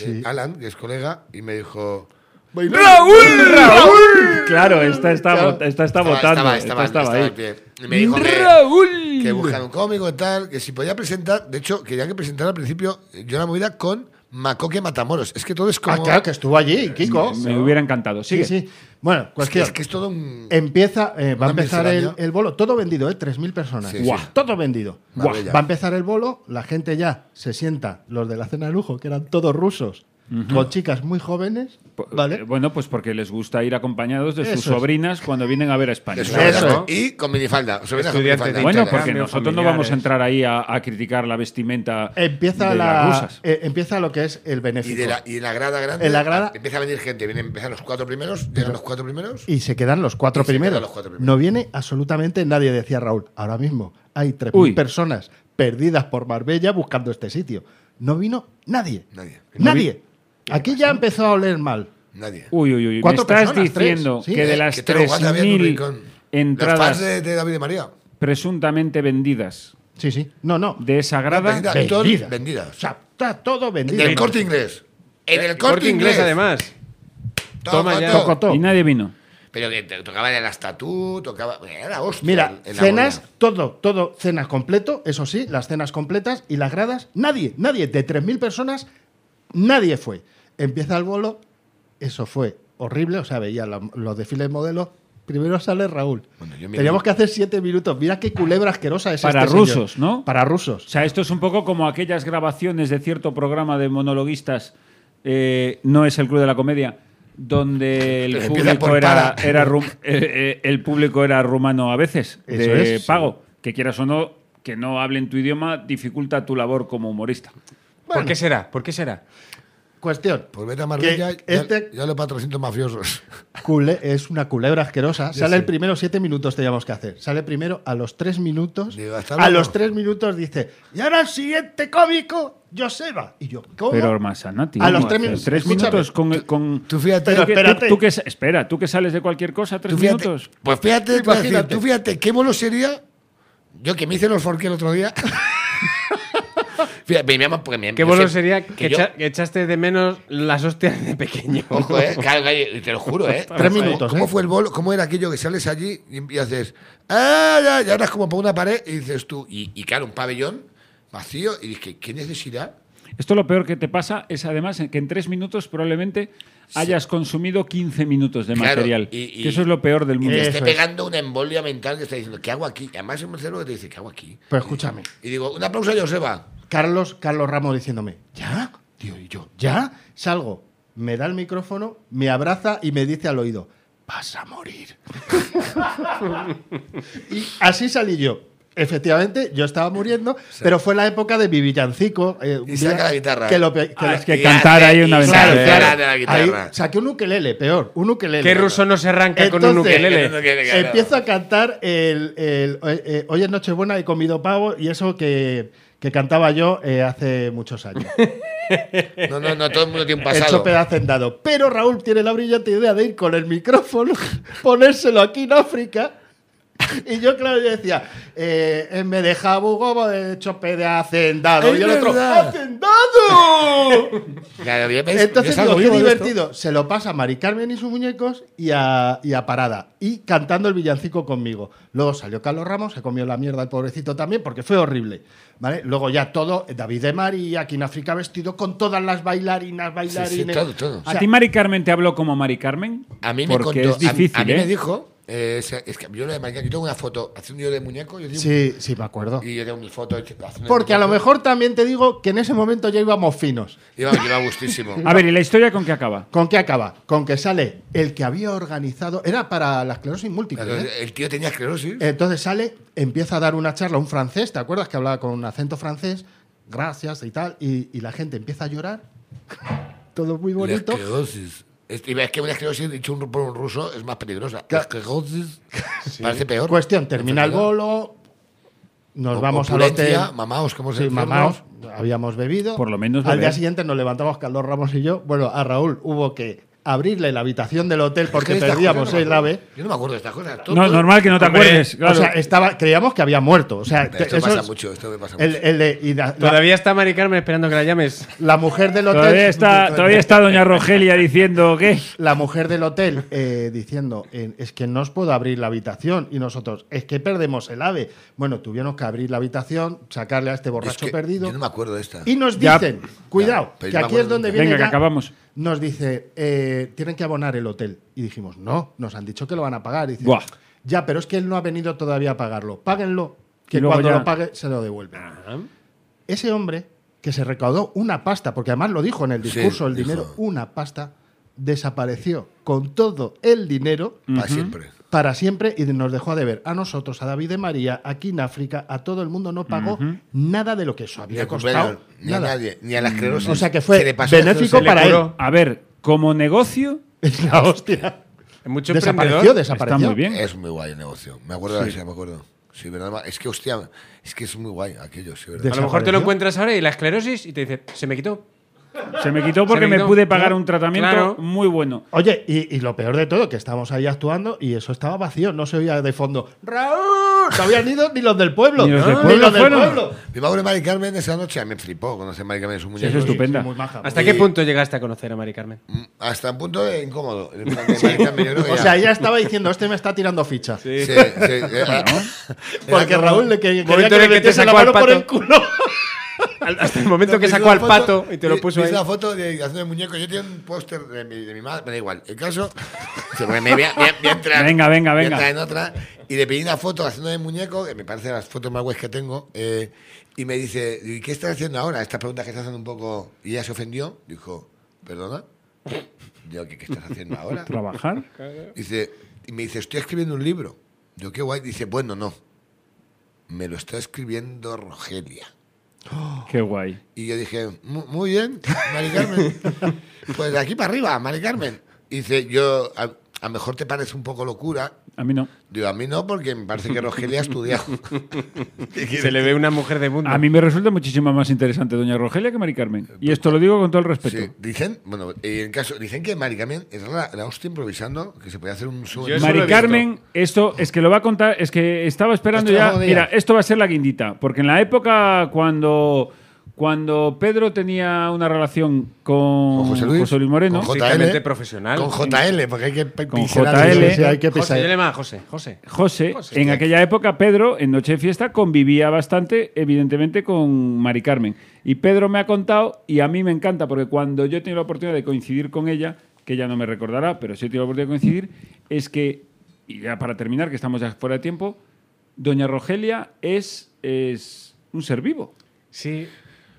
Speaker 2: eh, Alan, que es colega, y me dijo. "Bailando".
Speaker 5: ¡Raúl! ¡Raúl!
Speaker 3: Claro, esta está,
Speaker 2: Claro.
Speaker 3: vot- esta está
Speaker 2: Estaba-
Speaker 3: votando.
Speaker 2: Estaba, estaba,
Speaker 3: esta estaba
Speaker 2: estaba
Speaker 3: ahí.
Speaker 2: en pie. Y me dijo que,
Speaker 5: ¡Raúl!
Speaker 2: que buscan un cómico y tal, que si podía presentar. De hecho, quería que presentara al principio eh, yo la movida con Macoque Matamoros. Es que todo es como.
Speaker 7: Ah, claro, que estuvo allí, Kiko.
Speaker 3: Me hubiera encantado. Sigue.
Speaker 7: Sí, sí. Bueno,
Speaker 2: es, que,
Speaker 7: cuestión.
Speaker 2: es que es todo un.
Speaker 7: Empieza, eh, va a
Speaker 2: Una
Speaker 7: empezar el,
Speaker 2: miscelánea.
Speaker 7: el bolo. Todo vendido, ¿eh? 3.000 personas.
Speaker 2: Sí,
Speaker 7: Guau,
Speaker 2: sí.
Speaker 7: Todo vendido. Guau.
Speaker 2: Marbella.
Speaker 7: Va a empezar el bolo, la gente ya se sienta, los de la cena de lujo, que eran todos rusos, con chicas muy jóvenes,
Speaker 3: Po- eh,
Speaker 7: ¿vale?
Speaker 3: Bueno, pues porque les gusta ir acompañados de sus
Speaker 7: Eso es.
Speaker 3: sobrinas cuando vienen a ver a España.
Speaker 2: Eso, eso.
Speaker 7: Eso.
Speaker 2: Y con minifalda. sobrinas con
Speaker 5: Estudiante
Speaker 2: minifalda.
Speaker 5: de
Speaker 3: Bueno,
Speaker 5: Intercambio
Speaker 3: porque nosotros no
Speaker 5: familiares.
Speaker 3: vamos a entrar ahí a, a criticar la vestimenta
Speaker 7: Empieza,
Speaker 3: de las
Speaker 7: la,
Speaker 3: rusas.
Speaker 7: eh, empieza lo que es el
Speaker 2: Y
Speaker 7: beneficio.
Speaker 2: de, la, y de la grada grande.
Speaker 7: En la grada-
Speaker 2: Empieza a venir gente. Vienen, empiezan los cuatro primeros. Llegan los cuatro primeros.
Speaker 7: Y se quedan los cuatro,
Speaker 2: Y se quedan
Speaker 7: primeros.
Speaker 2: los cuatro primeros.
Speaker 7: No viene absolutamente nadie, decía Raúl. Ahora mismo hay
Speaker 3: Uy.
Speaker 7: 3.000 personas perdidas por Marbella buscando este sitio. No vino nadie.
Speaker 2: Nadie.
Speaker 7: Nadie. Aquí ya empezó a oler mal.
Speaker 2: Nadie.
Speaker 3: Uy, uy, uy. Me
Speaker 7: Cuatro
Speaker 3: estás
Speaker 7: personas, tres,
Speaker 3: diciendo
Speaker 7: sí,
Speaker 3: que
Speaker 7: eh,
Speaker 3: de
Speaker 2: que
Speaker 3: las
Speaker 2: te lo guarda bien un
Speaker 3: 3.000
Speaker 2: rincón. Los fans
Speaker 3: entradas
Speaker 2: de, de David y María.
Speaker 3: presuntamente vendidas
Speaker 7: Sí, sí. No, no.
Speaker 3: de esa grada,
Speaker 2: Vendidas.
Speaker 7: vendidas.
Speaker 2: todas vendidas.
Speaker 7: O sea, está todo vendido.
Speaker 2: Del corte inglés. En
Speaker 3: Eh,
Speaker 2: el corte, inglés,
Speaker 5: además.
Speaker 2: Todo,
Speaker 5: Toma ya.
Speaker 2: todo.
Speaker 7: Cocotó.
Speaker 3: y nadie vino.
Speaker 2: Pero que te tocaban el astatú, tocaba. Era la hostia.
Speaker 7: Mira,
Speaker 2: en la
Speaker 7: cenas,
Speaker 2: bola.
Speaker 7: todo, todo, cenas completo, eso sí, las cenas completas y las gradas, nadie, nadie, de 3.000 personas, nadie fue. Empieza el bolo, eso fue horrible, o sea, veía la- los desfiles modelos. Primero sale Raúl.
Speaker 2: Bueno, yo me-
Speaker 7: Teníamos que hacer siete minutos. Mira qué culebra asquerosa es
Speaker 3: Para
Speaker 7: este
Speaker 3: rusos,
Speaker 7: señor.
Speaker 3: ¿no?
Speaker 7: Para
Speaker 3: O
Speaker 7: rusos.
Speaker 3: sea, esto es un poco como aquellas grabaciones de cierto programa de monologuistas, eh, no es el Club de la Comedia, donde el
Speaker 2: Empieza
Speaker 3: público
Speaker 2: por
Speaker 3: era,
Speaker 2: para.
Speaker 3: era rum- eh, eh, el público era rumano a veces,
Speaker 7: Eso
Speaker 3: de
Speaker 7: es.
Speaker 3: pago, que quieras o no, que no hablen tu idioma dificulta tu labor como humorista.
Speaker 5: ¿Por qué será? ¿Por qué será?
Speaker 7: Cuestión.
Speaker 2: Pues vete a Marbella, ya,
Speaker 7: Que este-
Speaker 2: ya le patrocino mafiosos.
Speaker 7: Cule- es una culebra asquerosa.
Speaker 2: Ya
Speaker 7: Sale
Speaker 2: sé.
Speaker 7: el primero, siete minutos teníamos que hacer. Sale primero a los tres minutos.
Speaker 2: Digo, hasta
Speaker 7: a
Speaker 2: luego.
Speaker 7: los tres minutos dice, y ahora el siguiente cómico, Joseba. Y yo, ¿cómo?
Speaker 3: Pero Masanati,
Speaker 7: Oh, A los
Speaker 3: vamos
Speaker 7: tres
Speaker 3: hacer
Speaker 7: minutos,
Speaker 3: Tres
Speaker 7: escúchame.
Speaker 3: minutos con. con-
Speaker 2: tú fíjate-
Speaker 3: tú que-
Speaker 7: Pero
Speaker 3: tú-
Speaker 7: espérate.
Speaker 3: tú que sa- espera, tú que sales de cualquier cosa, tres
Speaker 2: Tú fíjate,
Speaker 3: minutos.
Speaker 2: Pues fíjate, te voy a decir,
Speaker 7: Imagínate.
Speaker 2: tú fíjate, qué bueno sería. Yo que me hice los forqué el otro día. Fíjate, me llaman porque me
Speaker 5: Qué
Speaker 2: yo
Speaker 5: bueno
Speaker 2: sé-
Speaker 5: sería que,
Speaker 2: yo-
Speaker 5: echa- que echaste de menos las hostias de pequeño.
Speaker 2: Ojo, eh, claro, claro, te lo juro, eh.
Speaker 7: Tres minutos,
Speaker 2: ¿Cómo
Speaker 7: eh.
Speaker 2: fue el bolo? ¿Cómo era aquello que sales allí y, y haces. ¡Ah! Ya, y ahora es como por una pared y dices tú. Y, y claro, un pabellón vacío y dije, ¿qué necesidad?
Speaker 3: Esto lo peor que te pasa es además que en tres minutos probablemente hayas consumido 15 minutos de
Speaker 2: Claro,
Speaker 3: material.
Speaker 2: y- este, y-
Speaker 3: que eso es lo peor del
Speaker 2: Y
Speaker 3: mundo.
Speaker 2: te
Speaker 7: Eso
Speaker 2: esté
Speaker 7: es.
Speaker 2: pegando una embolia mental que está diciendo, ¿qué hago aquí? Y además es un cerebro que te dice, ¿qué hago aquí?
Speaker 7: Pero escúchame,
Speaker 2: Y digo, un aplauso a Joseba.
Speaker 7: Carlos, Carlos Ramos diciéndome, ¿ya? Tío, y yo, ¿ya? Salgo, me da el micrófono, me abraza y me dice al oído, vas a morir. y así salí yo. Efectivamente, yo estaba muriendo, pero fue la época de mi villancico. eh, un
Speaker 2: Y saca
Speaker 7: día
Speaker 2: la guitarra.
Speaker 7: Que lo pe- que
Speaker 3: Ah,
Speaker 7: lo-
Speaker 3: es que cantar ahí una
Speaker 7: Claro,
Speaker 3: ventana.
Speaker 2: Claro,
Speaker 7: claro.
Speaker 2: de la
Speaker 7: Ahí
Speaker 2: guitarra.
Speaker 7: saqué un ukelele, peor, un ukelele.
Speaker 5: ¿Qué ruso no se arranca con un
Speaker 7: Entonces-
Speaker 5: ukelele?
Speaker 2: Claro.
Speaker 7: Empiezo a cantar el, el- eh, eh, Hoy es Nochebuena, he comido pavo y eso que, que cantaba yo eh, hace muchos años.
Speaker 2: No, no, no, todo el mundo tiene un
Speaker 7: Hecho
Speaker 2: pasado.
Speaker 7: pedazo hacendado. Pero Raúl tiene la brillante idea de ir con el micrófono, ponérselo aquí en África. Y yo, claro, yo decía, eh, eh, me deja bugo hecho de hacendado.
Speaker 2: Es
Speaker 7: y el otro,
Speaker 2: verdad.
Speaker 7: ¡hacendado!
Speaker 2: Claro, bien, ¿ves? Yo
Speaker 7: Entonces,
Speaker 2: salgo
Speaker 7: digo, qué
Speaker 2: vivo de esto.
Speaker 7: divertido. Se lo pasa a Mari Carmen y sus muñecos y a, y a Parada. Y cantando el villancico conmigo. Luego salió Carlos Ramos, se comió la mierda el pobrecito también, porque fue horrible. ¿Vale? Luego ya todo, David de Mari, aquí en África vestido, con todas las bailarinas, bailarines.
Speaker 2: todo, todo.
Speaker 7: O
Speaker 3: ¿A
Speaker 7: sea,
Speaker 3: ti Mari Carmen te habló como Mari Carmen?
Speaker 2: A mí me
Speaker 3: Porque
Speaker 2: contó-
Speaker 3: es difícil,
Speaker 2: a, a mí
Speaker 3: ¿eh?
Speaker 2: me dijo, eh, es, es que yo lo de Maricar- yo tengo una foto haciendo yo de muñeco, yo tengo-
Speaker 7: sí, sí, me acuerdo.
Speaker 2: y yo tengo mi foto haciendo
Speaker 7: Porque a
Speaker 2: de
Speaker 7: lo
Speaker 2: muñeco.
Speaker 7: mejor también te digo que en ese momento ya íbamos finos.
Speaker 2: Iba, iba gustísimo.
Speaker 7: Ah,
Speaker 3: A ver, ¿y la historia con qué acaba?
Speaker 7: ¿Con qué acaba? Con que sale el que había organizado. Era para la esclerosis múltiple. ¿eh?
Speaker 2: Entonces, el tío tenía esclerosis.
Speaker 7: Entonces sale, empieza a dar una charla un francés, ¿te acuerdas que hablaba con un acento francés? Gracias y tal, y, y la gente empieza a llorar. Todo muy
Speaker 2: La
Speaker 7: bonito.
Speaker 2: esclerosis. Es, y es que una esclerosis dicho un- por un ruso es más peligrosa. La esclerosis parece peor.
Speaker 7: Cuestión, termina el
Speaker 2: Enfermedad.
Speaker 7: bolo, nos
Speaker 2: O-
Speaker 7: vamos al hotel.
Speaker 2: opulencia, Mamaos, ¿cómo se
Speaker 7: Sí,
Speaker 2: enferma?
Speaker 7: mamaos, habíamos bebido.
Speaker 3: Por lo menos
Speaker 7: Al
Speaker 3: beber.
Speaker 7: día siguiente nos levantamos Carlos Ramos y yo. Bueno, a Raúl hubo que abrirle la habitación del hotel porque
Speaker 2: Es que estas
Speaker 7: perdíamos
Speaker 2: cosas no me
Speaker 7: el ave.
Speaker 2: acuerdo. Yo no me acuerdo de estas cosas. Todo-
Speaker 3: No, normal que no te
Speaker 5: Hombre,
Speaker 3: acuerdes. claro.
Speaker 7: O sea, estaba, creíamos que había muerto. O sea,
Speaker 2: Esto
Speaker 7: eso
Speaker 2: pasa
Speaker 7: es-
Speaker 2: mucho, esto me pasa
Speaker 7: el-
Speaker 2: mucho.
Speaker 7: el de- y la- la-
Speaker 5: Todavía está Mari Carmen esperando que la llames.
Speaker 7: La mujer del hotel.
Speaker 3: todavía, está, todavía está doña Rogelia diciendo que...
Speaker 7: La mujer del hotel eh, diciendo, eh, es que no os puedo abrir la habitación. Y nosotros, es que perdemos el ave. Bueno, tuvieron que abrir la habitación, sacarle a este
Speaker 2: Yo es
Speaker 7: borracho
Speaker 2: que-
Speaker 7: perdido.
Speaker 2: Yo no me acuerdo de esta.
Speaker 7: Y nos
Speaker 3: Ya.
Speaker 7: dicen, cuidado,
Speaker 2: pero yo no me
Speaker 7: que aquí es
Speaker 2: acuerdo
Speaker 7: donde
Speaker 3: nunca.
Speaker 7: viene.
Speaker 3: Venga, que
Speaker 7: ya".
Speaker 3: acabamos.
Speaker 7: Nos dice, eh, tienen que abonar el hotel. Y dijimos, no, nos han dicho que lo van a pagar. Y dice,
Speaker 3: Buah.
Speaker 7: ya, pero es que él no ha venido todavía a pagarlo. Páguenlo,
Speaker 3: Y
Speaker 7: que
Speaker 3: luego
Speaker 7: cuando
Speaker 3: ya- Ah.
Speaker 7: lo pague se lo devuelven. Ese hombre que se recaudó una pasta, porque además lo dijo en el
Speaker 2: Sí,
Speaker 7: discurso, el
Speaker 2: dijo.
Speaker 7: dinero, una pasta, desapareció con todo el dinero
Speaker 2: Para siempre.
Speaker 7: para siempre y nos dejó a deber a nosotros, a David de María, aquí en África, a todo el mundo, no pagó nada de lo que eso
Speaker 2: Ni a
Speaker 7: había
Speaker 2: cumpleaños,
Speaker 7: costado.
Speaker 2: ni a
Speaker 7: nada. Mm.
Speaker 2: nadie, ni a la esclerosis.
Speaker 7: O sea que fue
Speaker 2: le pasó la
Speaker 7: benéfico
Speaker 2: esclerosis.
Speaker 7: para
Speaker 5: curó.
Speaker 7: él.
Speaker 3: A ver, como negocio
Speaker 7: Es la hostia.
Speaker 5: Es mucho
Speaker 7: Desapareció,
Speaker 5: emprendedor.
Speaker 7: desapareció.
Speaker 3: está muy bien.
Speaker 2: Es muy guay el negocio. Me acuerdo de esa, me acuerdo. Sí, verdad. ma- Es que, hostia, es que es muy guay aquello, sí, verdad.
Speaker 7: De-
Speaker 5: A lo mejor te lo
Speaker 7: desapareció.
Speaker 5: encuentras ahora y la esclerosis y te dice, se me quitó.
Speaker 3: Se me quitó porque
Speaker 5: Se me quitó,
Speaker 3: me pude pagar un tratamiento
Speaker 5: claro.
Speaker 3: muy bueno.
Speaker 7: Oye, y, y lo peor de todo, que estábamos ahí actuando y eso estaba vacío, no se oía de fondo. ¡Raúl! No habían ido ni los del pueblo.
Speaker 3: Ni los del
Speaker 7: Ah,
Speaker 3: pueblo
Speaker 7: los del
Speaker 3: fueron.
Speaker 7: pueblo.
Speaker 2: Mi madre Mari Carmen esa noche me flipó conocer Mari Carmen su muñeco.
Speaker 3: eso es estupenda.
Speaker 7: Ah, Muy maja.
Speaker 5: ¿Hasta
Speaker 2: Y-
Speaker 5: qué punto llegaste a conocer a Mari Carmen?
Speaker 2: Mm, Hasta un punto de incómodo. En plan que Mari Carmen, yo creo que
Speaker 7: O
Speaker 2: ya-
Speaker 7: sea, ella estaba diciendo, este me está tirando ficha.
Speaker 2: Sí, sí, era-
Speaker 7: Porque
Speaker 2: era como-
Speaker 7: Raúl le que- quería
Speaker 5: Momento
Speaker 7: que
Speaker 5: en
Speaker 7: le
Speaker 5: el que te
Speaker 7: metiese la
Speaker 5: sacó al
Speaker 7: mano por
Speaker 5: pato.
Speaker 7: el culo.
Speaker 5: Hasta el momento que
Speaker 2: hizo
Speaker 5: sacó al
Speaker 2: una foto-
Speaker 5: pato y te lo
Speaker 2: hi-
Speaker 5: puso
Speaker 2: hizo
Speaker 5: ahí.
Speaker 2: una foto de haciendo el muñeco. Yo tenía un póster de mi, de mi madre, me da igual. El caso. se me- me voy a- voy a- voy a entrar-
Speaker 3: Venga, venga,
Speaker 2: voy a
Speaker 3: venga.
Speaker 2: entrar en otra. Y le pedí una foto haciendo de muñeco, que me parece las fotos más guays que tengo. eh, y me dice, ¿y qué estás haciendo ahora? Estas preguntas que estás haciendo un poco. Y ella se ofendió. Dijo, ¿perdona? Digo, ¿qué, qué estás haciendo ahora?
Speaker 3: Trabajar.
Speaker 2: Dice, y me dice, estoy escribiendo un libro. Digo, qué guay. Dice, bueno, no. me lo está escribiendo Rogelia.
Speaker 3: Qué guay.
Speaker 2: Y yo dije, "Mu- muy bien, Mari Carmen. pues de aquí para arriba, Mari Carmen. Y dice, yo, a a lo mejor te parece un poco locura.
Speaker 3: A mí no.
Speaker 2: Digo, a mí no, porque me parece que Rogelia ha estudiado.
Speaker 5: Se le ve una mujer de mundo.
Speaker 3: A mí me resulta muchísimo más interesante Doña Rogelia que Mari Carmen. Y esto lo digo con todo el respeto.
Speaker 2: Sí, dicen, bueno, eh, en caso, dicen que Mari Carmen es la, la hostia improvisando, que se podía hacer un show.
Speaker 5: Yo eso lo
Speaker 3: Mari
Speaker 5: he visto.
Speaker 3: Carmen, esto es que lo va a contar, es que estaba esperando
Speaker 2: Esto
Speaker 3: ya.
Speaker 2: lo
Speaker 3: Mira,
Speaker 2: digas.
Speaker 3: esto va a ser la guindita, porque en la época cuando, cuando Pedro tenía una relación con,
Speaker 2: Con José Luis,
Speaker 3: Moreno,
Speaker 2: con J-
Speaker 5: Físicamente
Speaker 2: JL.
Speaker 5: profesional.
Speaker 2: Con JL, porque hay que pe-
Speaker 3: Con
Speaker 2: pincelar
Speaker 3: JL.
Speaker 2: eso.
Speaker 7: Sí, hay que
Speaker 5: José,
Speaker 7: pisar.
Speaker 5: yo le llamaba José. José.
Speaker 3: José,
Speaker 5: José,
Speaker 3: en
Speaker 5: ya.
Speaker 3: aquella época Pedro, en Noche de Fiesta, convivía bastante, evidentemente, con Mari Carmen. Y Pedro me ha contado, y a mí me encanta, porque cuando yo he tenido la oportunidad de coincidir con ella, que ella no me recordará, pero sí he tenido la oportunidad de coincidir, es que, y ya para terminar, que estamos ya fuera de tiempo, Doña Rogelia es, es un ser vivo.
Speaker 5: Sí.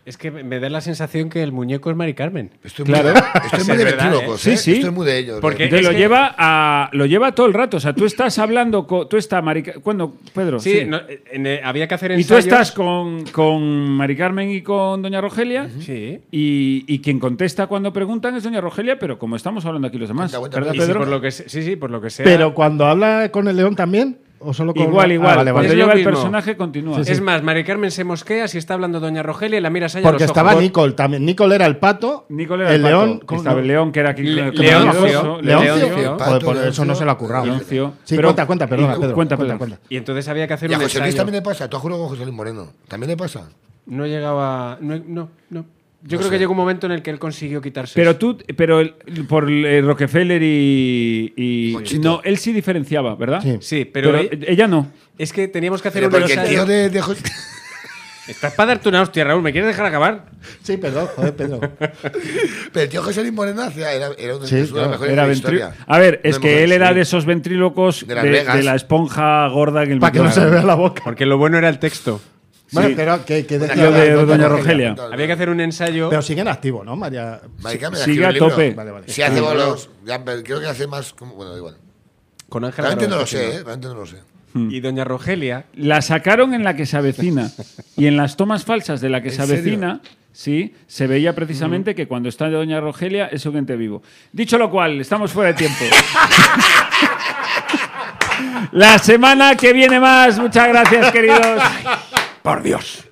Speaker 5: Es que me da la sensación que el muñeco es Mari Carmen.
Speaker 2: Estoy
Speaker 3: Claro.
Speaker 2: muy, estoy
Speaker 5: Es
Speaker 2: muy de
Speaker 5: verdad,
Speaker 2: ventrílocos,
Speaker 3: ¿eh?
Speaker 2: ¿eh?
Speaker 3: Sí, sí.
Speaker 2: Estoy muy de ellos.
Speaker 5: Porque-
Speaker 2: ¿eh?
Speaker 3: Entonces
Speaker 5: es
Speaker 3: lo
Speaker 5: que-
Speaker 3: lleva a lo lleva todo el rato, o sea, tú estás hablando con, tú estás Mari Car- ¿cuándo, Pedro?
Speaker 5: Sí, no, en- eh, había que hacer
Speaker 3: Y tú
Speaker 5: ensayos.
Speaker 3: estás con, con Mari Carmen y con Doña Rogelia.
Speaker 5: Sí.
Speaker 3: Y, y quien contesta cuando preguntan es Doña Rogelia, pero como estamos hablando aquí los demás,
Speaker 2: Cuenta, cuenta,
Speaker 3: ¿verdad,
Speaker 5: Y si
Speaker 3: Pedro?
Speaker 5: por lo que, se- sí, sí, por lo que sea.
Speaker 7: Pero cuando habla con el león también, o solo con
Speaker 3: Igual,
Speaker 7: Ah,
Speaker 3: igual.
Speaker 7: vale, vale.
Speaker 3: Cuando
Speaker 5: Es lo
Speaker 3: lleva el
Speaker 5: mismo.
Speaker 3: personaje continúa.
Speaker 5: Es más, Mari Carmen se mosquea si está hablando Doña Rogelia y la miras allá
Speaker 7: Porque
Speaker 5: los
Speaker 7: estaba
Speaker 5: ojos.
Speaker 7: Nicole también. Nicole era el pato.
Speaker 3: Nicole era
Speaker 7: el
Speaker 3: pato,
Speaker 7: león.
Speaker 3: que
Speaker 7: ¿cómo
Speaker 3: estaba
Speaker 7: no?
Speaker 3: el león, que era aquí.
Speaker 5: Le-
Speaker 3: que-
Speaker 5: Leoncio.
Speaker 3: Leoncio.
Speaker 7: Leoncio.
Speaker 5: Leoncio.
Speaker 7: Joder,
Speaker 2: Pato,
Speaker 7: por eso no
Speaker 2: Leoncio.
Speaker 7: se lo ha currado.
Speaker 3: Leoncio.
Speaker 7: Sí,
Speaker 3: Pero-
Speaker 7: cuenta, cuenta, perdona,
Speaker 3: y-
Speaker 7: Pedro.
Speaker 3: cuenta,
Speaker 7: Cuenta,
Speaker 3: Pedro.
Speaker 7: cuenta.
Speaker 5: Y entonces había que hacer
Speaker 2: Y a
Speaker 5: un
Speaker 2: José Luis
Speaker 5: ensayo.
Speaker 2: también le pasa, tú has jurado con José Luis Moreno. También le pasa.
Speaker 5: No llegaba. No, no. no. Yo
Speaker 2: No
Speaker 5: creo que
Speaker 2: sé.
Speaker 5: llegó un momento en el que él consiguió quitarse.
Speaker 3: Pero
Speaker 5: eso.
Speaker 3: tú, pero el- por eh, Rockefeller y. y-
Speaker 2: Monchito.
Speaker 3: no, él sí diferenciaba, ¿verdad?
Speaker 7: Sí.
Speaker 5: Sí, pero,
Speaker 3: eh, ella no.
Speaker 5: es que teníamos que hacer
Speaker 2: Pero
Speaker 5: un
Speaker 2: porque el tío
Speaker 5: ensayo.
Speaker 2: de, de José-
Speaker 5: Estás para darte una hostia, Raúl. ¿Me quieres dejar acabar?
Speaker 7: Sí, perdón, joder, Pedro.
Speaker 2: pero el tío José Luis Moreno hacía- era, era uno de
Speaker 7: Sí,
Speaker 2: sus
Speaker 7: claro,
Speaker 2: mejores
Speaker 3: Era
Speaker 2: de la
Speaker 3: ventrí-
Speaker 2: historia.
Speaker 3: A ver, es
Speaker 2: Una
Speaker 3: que
Speaker 2: mujer,
Speaker 3: él era
Speaker 2: sí.
Speaker 3: de esos ventrílocos de,
Speaker 2: De Las
Speaker 3: de
Speaker 2: Vegas.
Speaker 3: la esponja gorda que el
Speaker 7: Para que no se
Speaker 3: micrófono.
Speaker 7: vea la boca.
Speaker 5: Porque lo bueno era el texto.
Speaker 7: Bueno, pero que, que decía
Speaker 3: Lo de
Speaker 7: la-
Speaker 3: Doña Rogelia.
Speaker 5: Había que hacer un ensayo.
Speaker 7: Pero siguen activos, ¿no, María?
Speaker 2: Mari Carmen
Speaker 3: Sigue
Speaker 2: escribe
Speaker 3: a
Speaker 2: un libro.
Speaker 3: tope.
Speaker 7: Vale, vale.
Speaker 2: Sí, hace bolos. Ya, pero creo que hace más. como- bueno, da igual.
Speaker 5: con Ángel
Speaker 2: Realmente no
Speaker 5: Garabal,
Speaker 2: lo sé,
Speaker 5: sí,
Speaker 2: ¿eh? Realmente no lo sé.
Speaker 5: ¿no? Y doña Rogelia.
Speaker 3: La sacaron en la que se avecina y en las tomas falsas de la que se
Speaker 2: serio?
Speaker 3: avecina, sí, se veía precisamente que cuando está Doña Rogelia es un ente vivo. Dicho lo cual, estamos fuera de tiempo. la semana que viene más. Muchas gracias, queridos.
Speaker 6: ¡Por Dios!